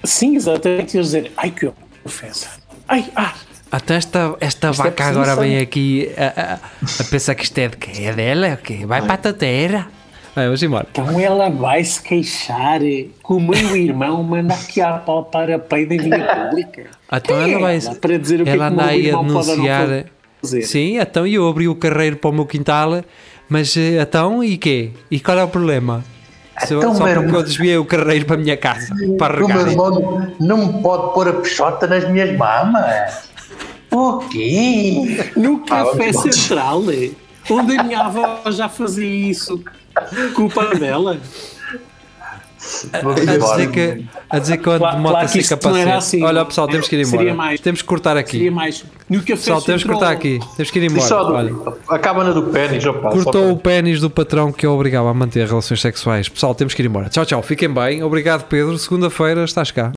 E: sim, exatamente. E eles dizer, ai que ofensa. Ai, ah,
C: Até esta, esta
E: é
C: vaca agora
E: presunção.
C: vem aqui a, a, a pensar que isto é de quê? É dela? É o quê? Vai para a tateira. Vai, vamos embora.
E: então ela vai se queixar que o meu irmão manda aqui a palpar a peida em via pública.
C: Então
E: Quem
C: ela
E: é
C: vai.
E: para dizer o que é
C: ela
E: que o
C: anda
E: meu
C: aí a
E: irmão pode ou não
C: denunciar.
E: fazer.
C: Sim, então eu abri o carreiro para o meu quintal, mas eh, então e quê? E qual é o problema? Se eu-
F: Então,
C: só
F: meu
C: porque
F: irmão-
C: eu desviei o carreiro para a minha casa,
E: Então,
C: para
F: O meu
C: regar.
F: irmão não- não me pode pôr a peixota nas minhas mamas. O quê?
E: No café central, eh, onde a minha avó já fazia isso. Culpa dela.
F: Vamos
C: A
F: embora.
C: dizer que, a dizer que eu ando de
E: Claro-
C: moto
E: claro que
C: sem
E: isto não era
C: capacete.
E: assim.
C: Olha, pessoal, temos que ir
E: Seria
C: embora.
E: mais-
C: Temos que cortar aqui.
E: Seria mais. No café
C: Pessoal,
E: central.
C: temos que cortar aqui. Temos que ir
F: Diz
C: embora.
F: só,
C: Olha.
F: acaba na do pênis, opa.
C: Cortou o pênis do patrão que a obrigava a manter relações sexuais. Pessoal, temos que ir embora. Tchau, tchau. Fiquem bem. Obrigado, Pedro. Segunda-feira estás cá.